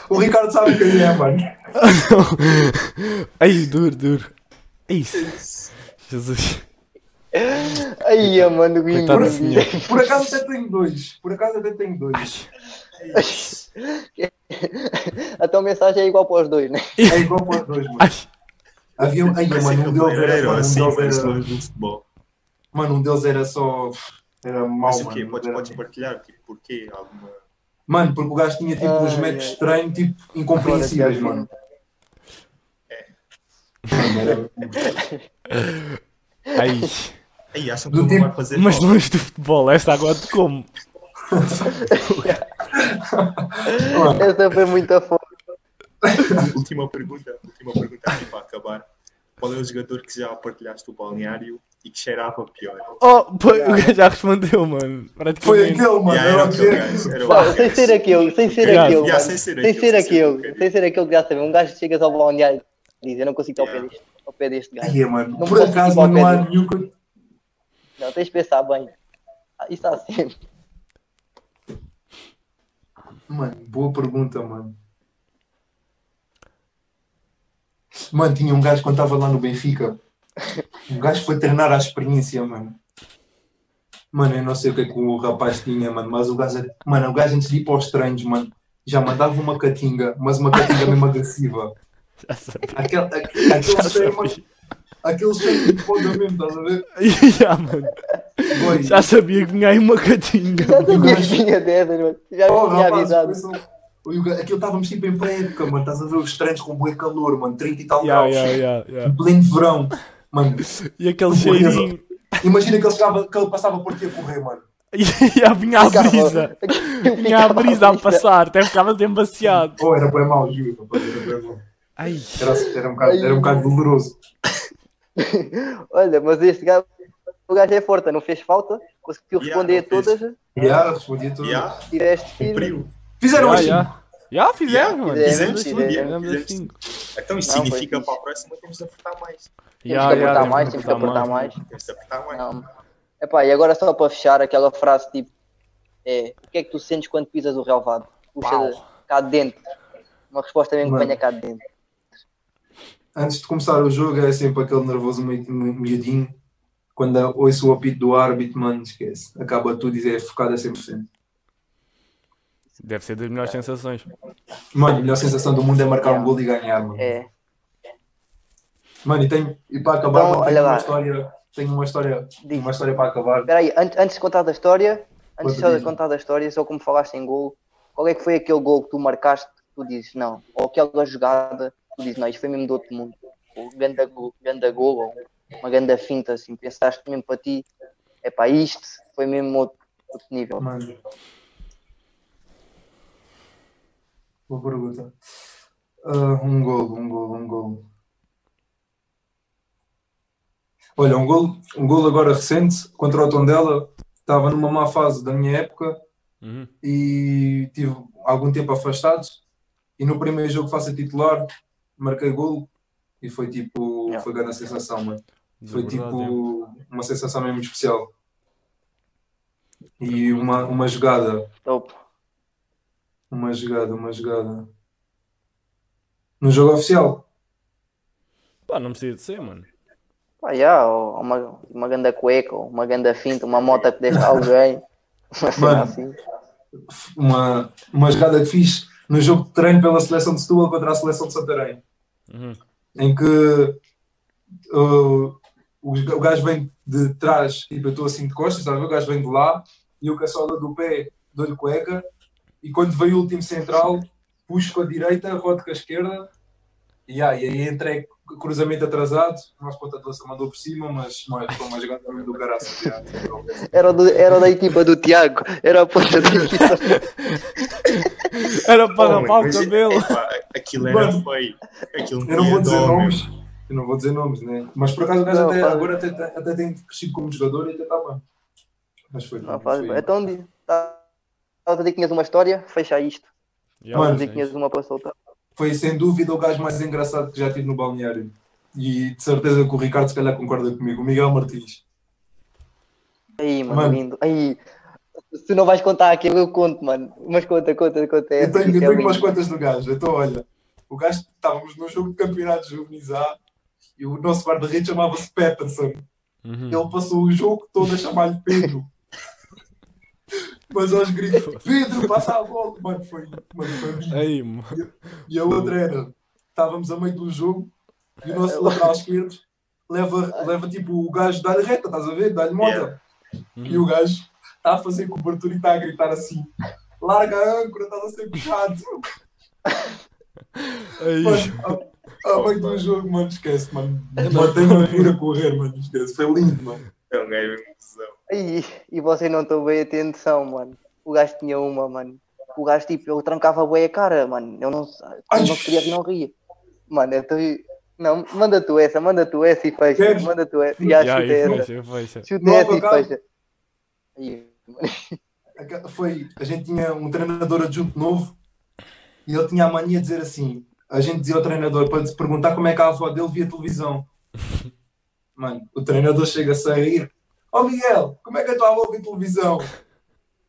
[SPEAKER 4] O Ricardo sabe quem é, mano.
[SPEAKER 2] Ai, duro, duro. É isso. Jesus.
[SPEAKER 1] Ai, mano, Guinho.
[SPEAKER 2] Coitado do
[SPEAKER 1] Guinho.
[SPEAKER 2] senhor.
[SPEAKER 4] Por acaso até tenho dois. Por acaso até tenho dois.
[SPEAKER 3] É
[SPEAKER 1] A tua mensagem é igual para os dois, né?
[SPEAKER 4] É igual para os dois, mano.
[SPEAKER 2] Ai.
[SPEAKER 4] Havia um. Ai,
[SPEAKER 3] Mas é
[SPEAKER 4] mano, um deles era.
[SPEAKER 3] cabeleireiro,
[SPEAKER 4] mano, um
[SPEAKER 3] assim,
[SPEAKER 4] deles
[SPEAKER 3] mas
[SPEAKER 4] era-
[SPEAKER 3] longe do futebol.
[SPEAKER 4] Mano, um deles era só. Era mau,
[SPEAKER 3] Mas o quê?
[SPEAKER 4] mano.
[SPEAKER 3] Podes,
[SPEAKER 4] Era-
[SPEAKER 3] podes partilhar? Tipo, porquê? Alguma...
[SPEAKER 4] Mano, porque o gajo tinha tipo uns
[SPEAKER 1] Ai,
[SPEAKER 4] métodos
[SPEAKER 1] ai.
[SPEAKER 4] de treino tipo incompreensíveis,
[SPEAKER 1] Ah, é. Agora,
[SPEAKER 4] mano. Mano, era-
[SPEAKER 2] Ai.
[SPEAKER 3] Ei, acham que
[SPEAKER 4] Do
[SPEAKER 3] eu não
[SPEAKER 4] tipo-
[SPEAKER 3] vai fazer
[SPEAKER 2] Mas
[SPEAKER 3] mal.
[SPEAKER 2] longe do futebol, esta agora de como?
[SPEAKER 4] Mano,
[SPEAKER 1] Essa foi muita fome.
[SPEAKER 3] Última pergunta, última pergunta aqui para acabar. Qual é o jogador que já partilhaste o balneário e que cheirava pior?
[SPEAKER 2] Oh, pô, o gajo já respondeu, mano. Praticamente.
[SPEAKER 4] Foi aquele, mano.
[SPEAKER 3] Yeah,
[SPEAKER 4] era
[SPEAKER 3] era
[SPEAKER 4] o
[SPEAKER 3] aquele
[SPEAKER 4] que-
[SPEAKER 3] gajo, era o
[SPEAKER 1] Pá,
[SPEAKER 3] gajo.
[SPEAKER 1] sem ser aquele, sem ser
[SPEAKER 2] Yeah,
[SPEAKER 1] aquele.
[SPEAKER 3] yeah,
[SPEAKER 1] mano.
[SPEAKER 3] sem ser
[SPEAKER 1] Sem
[SPEAKER 3] aquele,
[SPEAKER 1] ser
[SPEAKER 3] sem ser
[SPEAKER 1] aquele,
[SPEAKER 3] aquele.
[SPEAKER 1] sem ser aquele que já sabe. Um gajo que chegas ao balneário e diz: Eu não consigo estar ao pé
[SPEAKER 3] Yeah.
[SPEAKER 1] deste, ao pé deste gajo.
[SPEAKER 4] Ai, é, mano.
[SPEAKER 1] Não
[SPEAKER 4] Por
[SPEAKER 1] posso
[SPEAKER 4] acaso,
[SPEAKER 1] ir para o
[SPEAKER 4] mano, não há
[SPEAKER 1] pé
[SPEAKER 4] nenhum. que-
[SPEAKER 1] Não, tens de pensar bem. Ah, Isso está sempre.
[SPEAKER 4] Mano, boa pergunta, mano. Mano, tinha um gajo quando estava lá no Benfica. Um gajo foi treinar à experiência, mano. Mano, eu não sei o que é que o rapaz tinha, mano, mas o gajo, mano, o gajo antes de ir para os treinos, mano, já mandava uma catinga, mas uma catinga mesmo agressiva.
[SPEAKER 2] Já sabia.
[SPEAKER 4] Aquele, aquele, aquele cheiro, mano. Aquele cheiro de foda mesmo, estás a ver?
[SPEAKER 2] (laughs) Já, mano.
[SPEAKER 4] Boy,
[SPEAKER 2] Já sabia que tinha aí uma catinga.
[SPEAKER 1] Já sabia que
[SPEAKER 4] gajo-
[SPEAKER 1] tinha dessas, mano. Já
[SPEAKER 4] oh,
[SPEAKER 1] me tinha
[SPEAKER 4] rapaz,
[SPEAKER 1] avisado.
[SPEAKER 4] foi só- Oi, o ga- aquilo estávamos sempre em pré-época, mano. Estás a ver os treinos com bué calor, mano. 30 e tal
[SPEAKER 2] Yeah,
[SPEAKER 4] graus.
[SPEAKER 2] yeah, yeah, yeah.
[SPEAKER 4] Pleno verão. Mano,
[SPEAKER 2] E aquele
[SPEAKER 4] Corrias.
[SPEAKER 2] cheirinho. (laughs)
[SPEAKER 4] imagina que ele, chegava, que ele passava por ti a correr, mano.
[SPEAKER 2] E já vinha a
[SPEAKER 1] Ficava-
[SPEAKER 2] brisa.
[SPEAKER 1] eu
[SPEAKER 2] Vinha a
[SPEAKER 1] ficava
[SPEAKER 2] brisa a passar. Até ficava demasiado.
[SPEAKER 4] Oh, era bem mau, juro. rapaz, Era, bué mau.
[SPEAKER 2] Ai.
[SPEAKER 4] era, era, um bocado, era um bocado doloroso.
[SPEAKER 1] (laughs) Olha, mas este gajo, o gajo é forte, não fez falta, conseguiu
[SPEAKER 3] Yeah,
[SPEAKER 1] responder
[SPEAKER 3] não
[SPEAKER 1] a
[SPEAKER 3] fez.
[SPEAKER 1] todas,
[SPEAKER 4] Yeah, respondia tudo.
[SPEAKER 3] Yeah,
[SPEAKER 1] tiveste firme.
[SPEAKER 3] cumpriu.
[SPEAKER 4] Fizeram
[SPEAKER 2] Já,
[SPEAKER 4] assim.
[SPEAKER 2] já. Já fizemos,
[SPEAKER 3] Já,
[SPEAKER 2] mano.
[SPEAKER 1] fizemos,
[SPEAKER 2] Fizemos,
[SPEAKER 3] fizemos.
[SPEAKER 2] fizemos assim.
[SPEAKER 3] Então isso
[SPEAKER 1] Não, foi
[SPEAKER 3] significa
[SPEAKER 1] fixe.
[SPEAKER 3] para a próxima temos de apertar mais.
[SPEAKER 1] Temos que
[SPEAKER 2] Já, já,
[SPEAKER 1] apertar mais, temos que
[SPEAKER 2] apertar
[SPEAKER 1] apertar mais.
[SPEAKER 3] Temos de apertar mais.
[SPEAKER 1] Não. Epá, e agora só para fechar aquela frase tipo: é, o que é que tu sentes quando pisas o relvado? Puxa
[SPEAKER 2] Pau.
[SPEAKER 1] de- cá de dentro. Uma resposta mesmo que
[SPEAKER 4] Mano.
[SPEAKER 1] venha cá de dentro.
[SPEAKER 4] antes de começar o jogo é sempre aquele nervoso mi- mi- miudinho. Quando ouço o apito do árbitro, mano, esquece. Acaba tudo e é focado a 100%.
[SPEAKER 2] Deve ser das melhores sensações.
[SPEAKER 4] Mano, a melhor sensação do mundo é marcar um gol e ganhar, mano.
[SPEAKER 1] É.
[SPEAKER 4] Mano, e, tenho, e para acabar,
[SPEAKER 1] Então,
[SPEAKER 4] mano,
[SPEAKER 1] olha
[SPEAKER 4] tenho,
[SPEAKER 1] lá.
[SPEAKER 4] uma história, tenho uma história.
[SPEAKER 1] Diz.
[SPEAKER 4] Uma história para acabar.
[SPEAKER 1] Espera aí, antes, antes de contar da história, antes
[SPEAKER 4] Conta,
[SPEAKER 1] só de
[SPEAKER 4] diz-me.
[SPEAKER 1] contar da história, só como falaste em gol, qual é que foi aquele gol que tu marcaste que tu dizes não? Ou aquela jogada que tu dizes não, isto foi mesmo do outro mundo. Ou ganda, go- ganda gol, ou uma ganda finta, assim, pensaste mesmo para ti, é para isto, foi mesmo outro, outro nível.
[SPEAKER 4] Mano. Boa pergunta. Ah, um gol, um gol, um gol. Olha, um gol, um gol agora recente contra o Tondela. Estava numa má fase da minha época
[SPEAKER 2] Uhum.
[SPEAKER 4] e tive algum tempo afastado. E no primeiro jogo faço a titular, marquei gol e foi tipo,
[SPEAKER 1] Yeah.
[SPEAKER 4] foi grande a sensação, mano. Foi
[SPEAKER 2] De verdade, é.
[SPEAKER 4] tipo uma sensação mesmo especial. E uma, uma jogada,
[SPEAKER 1] Top.
[SPEAKER 4] uma jogada, uma jogada. No jogo oficial.
[SPEAKER 2] Pá, não precisa de ser, mano.
[SPEAKER 1] Pá, já, ou ah, uma, uma ganda cueca, ou uma ganda finta, uma moto que deste a alguém, (laughs) uma cena
[SPEAKER 4] Mano.
[SPEAKER 1] assim.
[SPEAKER 4] Uma, uma jogada que fiz no jogo de treino pela seleção de Setúbal contra a seleção de Santarém.
[SPEAKER 2] Uhum.
[SPEAKER 4] Em que uh, o, o gajo vem de trás, tipo, eu estou assim de costas, sabe? o gajo vem de lá e eu com a sola do pé dou-lhe cueca. E quando veio o último central, puxo com a direita, rodo com a esquerda. E aí, e aí entrei cruzamento atrasado. O nosso ponta de lança mandou por cima, mas mas foi uma jogada do caraças. já.
[SPEAKER 1] Era, do- era da equipa do Tiago, era a ponta da equipa.
[SPEAKER 2] (laughs) Era para
[SPEAKER 3] Oh,
[SPEAKER 2] rapar o
[SPEAKER 3] mas-
[SPEAKER 2] cabelo.
[SPEAKER 3] Epá, aquilo era
[SPEAKER 4] Mano,
[SPEAKER 3] feio. Aquilo
[SPEAKER 4] Eu não vou dizer
[SPEAKER 3] dó,
[SPEAKER 4] nomes. Eu não vou dizer nomes, né? Mas por acaso o gajo
[SPEAKER 1] Não,
[SPEAKER 4] até,
[SPEAKER 1] faz-
[SPEAKER 4] agora até, até tem crescido como jogador e até está bem. Mas foi.
[SPEAKER 1] Não faz
[SPEAKER 4] foi-
[SPEAKER 1] bem. Então, di- tá- estava a dizer que tinhas uma história, fecha isto.
[SPEAKER 2] Já,
[SPEAKER 1] Estava a
[SPEAKER 4] Mano,
[SPEAKER 1] dizer que tinhas uma para soltar.
[SPEAKER 4] foi sem dúvida o gajo mais engraçado que já tive no balneário. E de certeza que o Ricardo se calhar concorda comigo, o Miguel Martins.
[SPEAKER 1] Aí, mano,
[SPEAKER 4] Mano.
[SPEAKER 1] lindo. Aí, se tu não vais contar aquilo, eu conto, mano. Mas conta, conta, conta. É,
[SPEAKER 4] Eu tenho,
[SPEAKER 1] isso
[SPEAKER 4] eu
[SPEAKER 1] é
[SPEAKER 4] tenho
[SPEAKER 1] lindo.
[SPEAKER 4] umas contas do gajo. Então, olha, o gajo estávamos num jogo de campeonato juvenis A e o nosso guarda-redes chamava-se Peterson.
[SPEAKER 2] Uhum.
[SPEAKER 1] um-
[SPEAKER 4] Ele passou o jogo todo a chamar-lhe Pedro. Mas aos gritos, Pedro, passa a bola. Mano, foi, mano, foi um horrível.
[SPEAKER 2] Aí, mano.
[SPEAKER 4] E a outra era, estávamos a meio do jogo e o nosso lateral esquerdo leva, leva tipo o gajo dá-lhe reta, estás a ver? Dá-lhe moto.
[SPEAKER 3] Yeah.
[SPEAKER 4] E o gajo está a fazer cobertura e está a gritar assim: larga a âncora, estás a ser puxado.
[SPEAKER 2] Aí.
[SPEAKER 4] Mano, a, a meio do jogo, mano, esquece, mano. Matei uma figura a correr, mano, esquece. Foi lindo, mano.
[SPEAKER 3] É um gajo mesmo cuzão.
[SPEAKER 1] Aí, e vocês não estão bem atenção, mano. O gajo tinha uma, mano. O gajo, tipo, ele trancava bem a cara, mano. Eu não, eu não queria que não ria. Mano, eu estou... Não, manda tu essa, manda tu essa e fecha.
[SPEAKER 4] Queres?
[SPEAKER 1] Manda tu essa. Já,
[SPEAKER 2] Já,
[SPEAKER 1] chuta
[SPEAKER 2] e
[SPEAKER 1] essa.
[SPEAKER 2] fecha, fecha.
[SPEAKER 1] Chuta
[SPEAKER 4] Não há
[SPEAKER 1] essa e
[SPEAKER 4] bocado.
[SPEAKER 1] fecha. Aí, mano.
[SPEAKER 4] Aquela- Foi, a gente tinha um treinador adjunto novo e ele tinha a mania de dizer assim: a gente dizia ao treinador para se perguntar como é que a avó dele via televisão. Mano, o treinador chega-se a rir: Ó Miguel, como é que a tua avó vê televisão?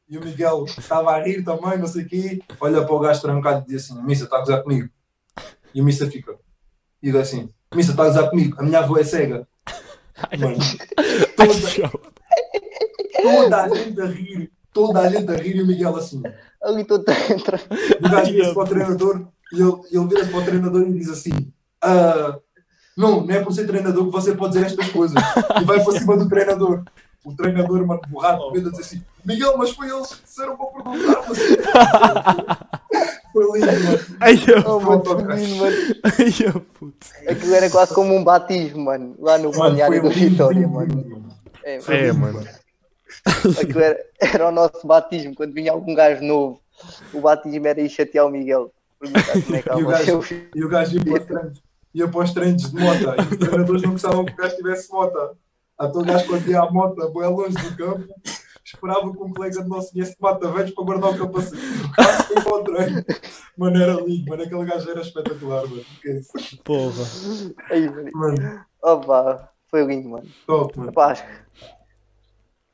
[SPEAKER 4] E o Miguel estava a rir também, não sei o quê, olha para o gajo trancado e diz assim: Missa, está a gozar comigo? E o Missa fica. E diz assim: Missa, está a gozar comigo? A minha avó é cega. Mano, toda,
[SPEAKER 2] Tchau.
[SPEAKER 4] toda a gente a rir, toda a gente a rir e o Miguel assim.
[SPEAKER 1] Ali estou
[SPEAKER 4] (laughs)
[SPEAKER 1] dentro.
[SPEAKER 4] O gajo vira-se para o treinador e ele, ele vira-se para o treinador e diz assim: "Ah, Não, não é por ser treinador que você pode dizer estas coisas. E vai para cima do treinador. O treinador, mano, borrado, com medo, diz assim: Miguel, mas foi eles que disseram para perguntar. Mas...
[SPEAKER 1] (laughs)
[SPEAKER 4] foi lindo, mano.
[SPEAKER 2] Aí, eu-
[SPEAKER 1] Oh, mano, subindo, mano.
[SPEAKER 2] aí, eu, puto.
[SPEAKER 1] Aquilo era quase como um batismo, mano, lá no
[SPEAKER 4] Mano, foi um
[SPEAKER 1] balneário um do
[SPEAKER 4] lindo,
[SPEAKER 1] Vitória,
[SPEAKER 4] lindo,
[SPEAKER 1] mano.
[SPEAKER 4] lindo.
[SPEAKER 1] É,
[SPEAKER 4] Foi lindo,
[SPEAKER 2] mano.
[SPEAKER 1] aquilo era, era o nosso batismo, quando vinha algum gajo novo, o batismo era ir chatear o Miguel. Perguntar como é que
[SPEAKER 4] E o
[SPEAKER 1] estava.
[SPEAKER 4] gajo-
[SPEAKER 1] Eu fiz-
[SPEAKER 4] E o gajo ia para os treinos, ia para os treinos de moto. E os treinadores não gostavam que o gajo tivesse moto. Então o gajo quando ia à moto, boa longe do campo, esperava que um colega nosso viesse de moto velhos para guardar o capacete. O carro foi para o treino. Mano, era lindo, mano. Aquele gajo era espetacular, mano. Que é isso.
[SPEAKER 2] Porra.
[SPEAKER 1] Aí, mano.
[SPEAKER 4] Mano,
[SPEAKER 1] Opa, foi lindo, mano.
[SPEAKER 4] top, mano.
[SPEAKER 1] Opa, acho...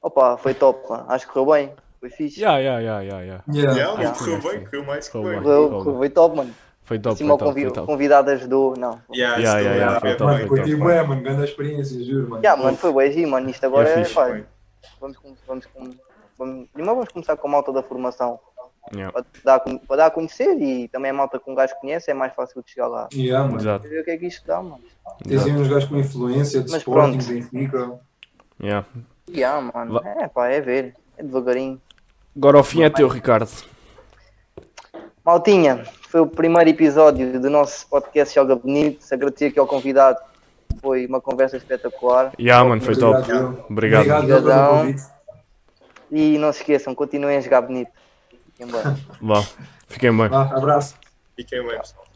[SPEAKER 1] Opa, foi top, mano. Acho que correu bem, foi fixe.
[SPEAKER 2] Já, já, já, já, já.
[SPEAKER 4] Yeah.
[SPEAKER 3] Yeah,
[SPEAKER 1] Yeah.
[SPEAKER 3] correu bem, correu mais que
[SPEAKER 2] Correu
[SPEAKER 3] bem.
[SPEAKER 2] bem.
[SPEAKER 1] Correu, correu- foi top, mano.
[SPEAKER 2] Foi top,
[SPEAKER 1] Assim,
[SPEAKER 2] foi
[SPEAKER 1] o
[SPEAKER 2] top, foi
[SPEAKER 1] convi-
[SPEAKER 2] top.
[SPEAKER 1] convidado ajudou, não.
[SPEAKER 2] Yeah,
[SPEAKER 3] Yeah, estou-
[SPEAKER 2] yeah, yeah, foi top.
[SPEAKER 4] Mano, curti bué, mano, grande experiência, juro, mano.
[SPEAKER 1] Já, mano, foi bem assim, mano. Isto agora
[SPEAKER 2] É
[SPEAKER 1] é,
[SPEAKER 2] fixe,
[SPEAKER 1] pá,
[SPEAKER 3] foi.
[SPEAKER 1] vamos, com- vamos, com- vamos, primeiro vamos começar com a malta da formação.
[SPEAKER 2] Yeah,
[SPEAKER 1] Para dar, a con- para dar a conhecer e também a malta que um gajo conhece é mais fácil de chegar lá.
[SPEAKER 4] Yeah, mano.
[SPEAKER 2] Exato,
[SPEAKER 1] Vamos ver o que é que isto dá, mano.
[SPEAKER 4] Tens aí
[SPEAKER 2] exato.
[SPEAKER 4] uns gajos com influência de
[SPEAKER 1] Mas
[SPEAKER 4] Sporting,
[SPEAKER 1] pronto.
[SPEAKER 4] Benfica.
[SPEAKER 2] Yeah.
[SPEAKER 1] Já, mano.
[SPEAKER 2] Va-
[SPEAKER 1] É, pá, é ver. É devagarinho.
[SPEAKER 2] Agora ao fim é teu, Ricardo.
[SPEAKER 1] Maltinha, foi o primeiro episódio do nosso podcast Joga Bonito. Agradecer aqui ao convidado. Foi uma conversa espetacular.
[SPEAKER 2] Yeah, mano, foi top.
[SPEAKER 4] Obrigado.
[SPEAKER 2] Obrigado.
[SPEAKER 4] Obrigado pelo
[SPEAKER 1] Obrigadão.
[SPEAKER 4] convite.
[SPEAKER 1] E não se esqueçam, continuem a jogar bonito. Fiquem bem.
[SPEAKER 2] Vá, fiquem bem.
[SPEAKER 4] Vá, abraço.
[SPEAKER 3] Fiquem bem, pessoal.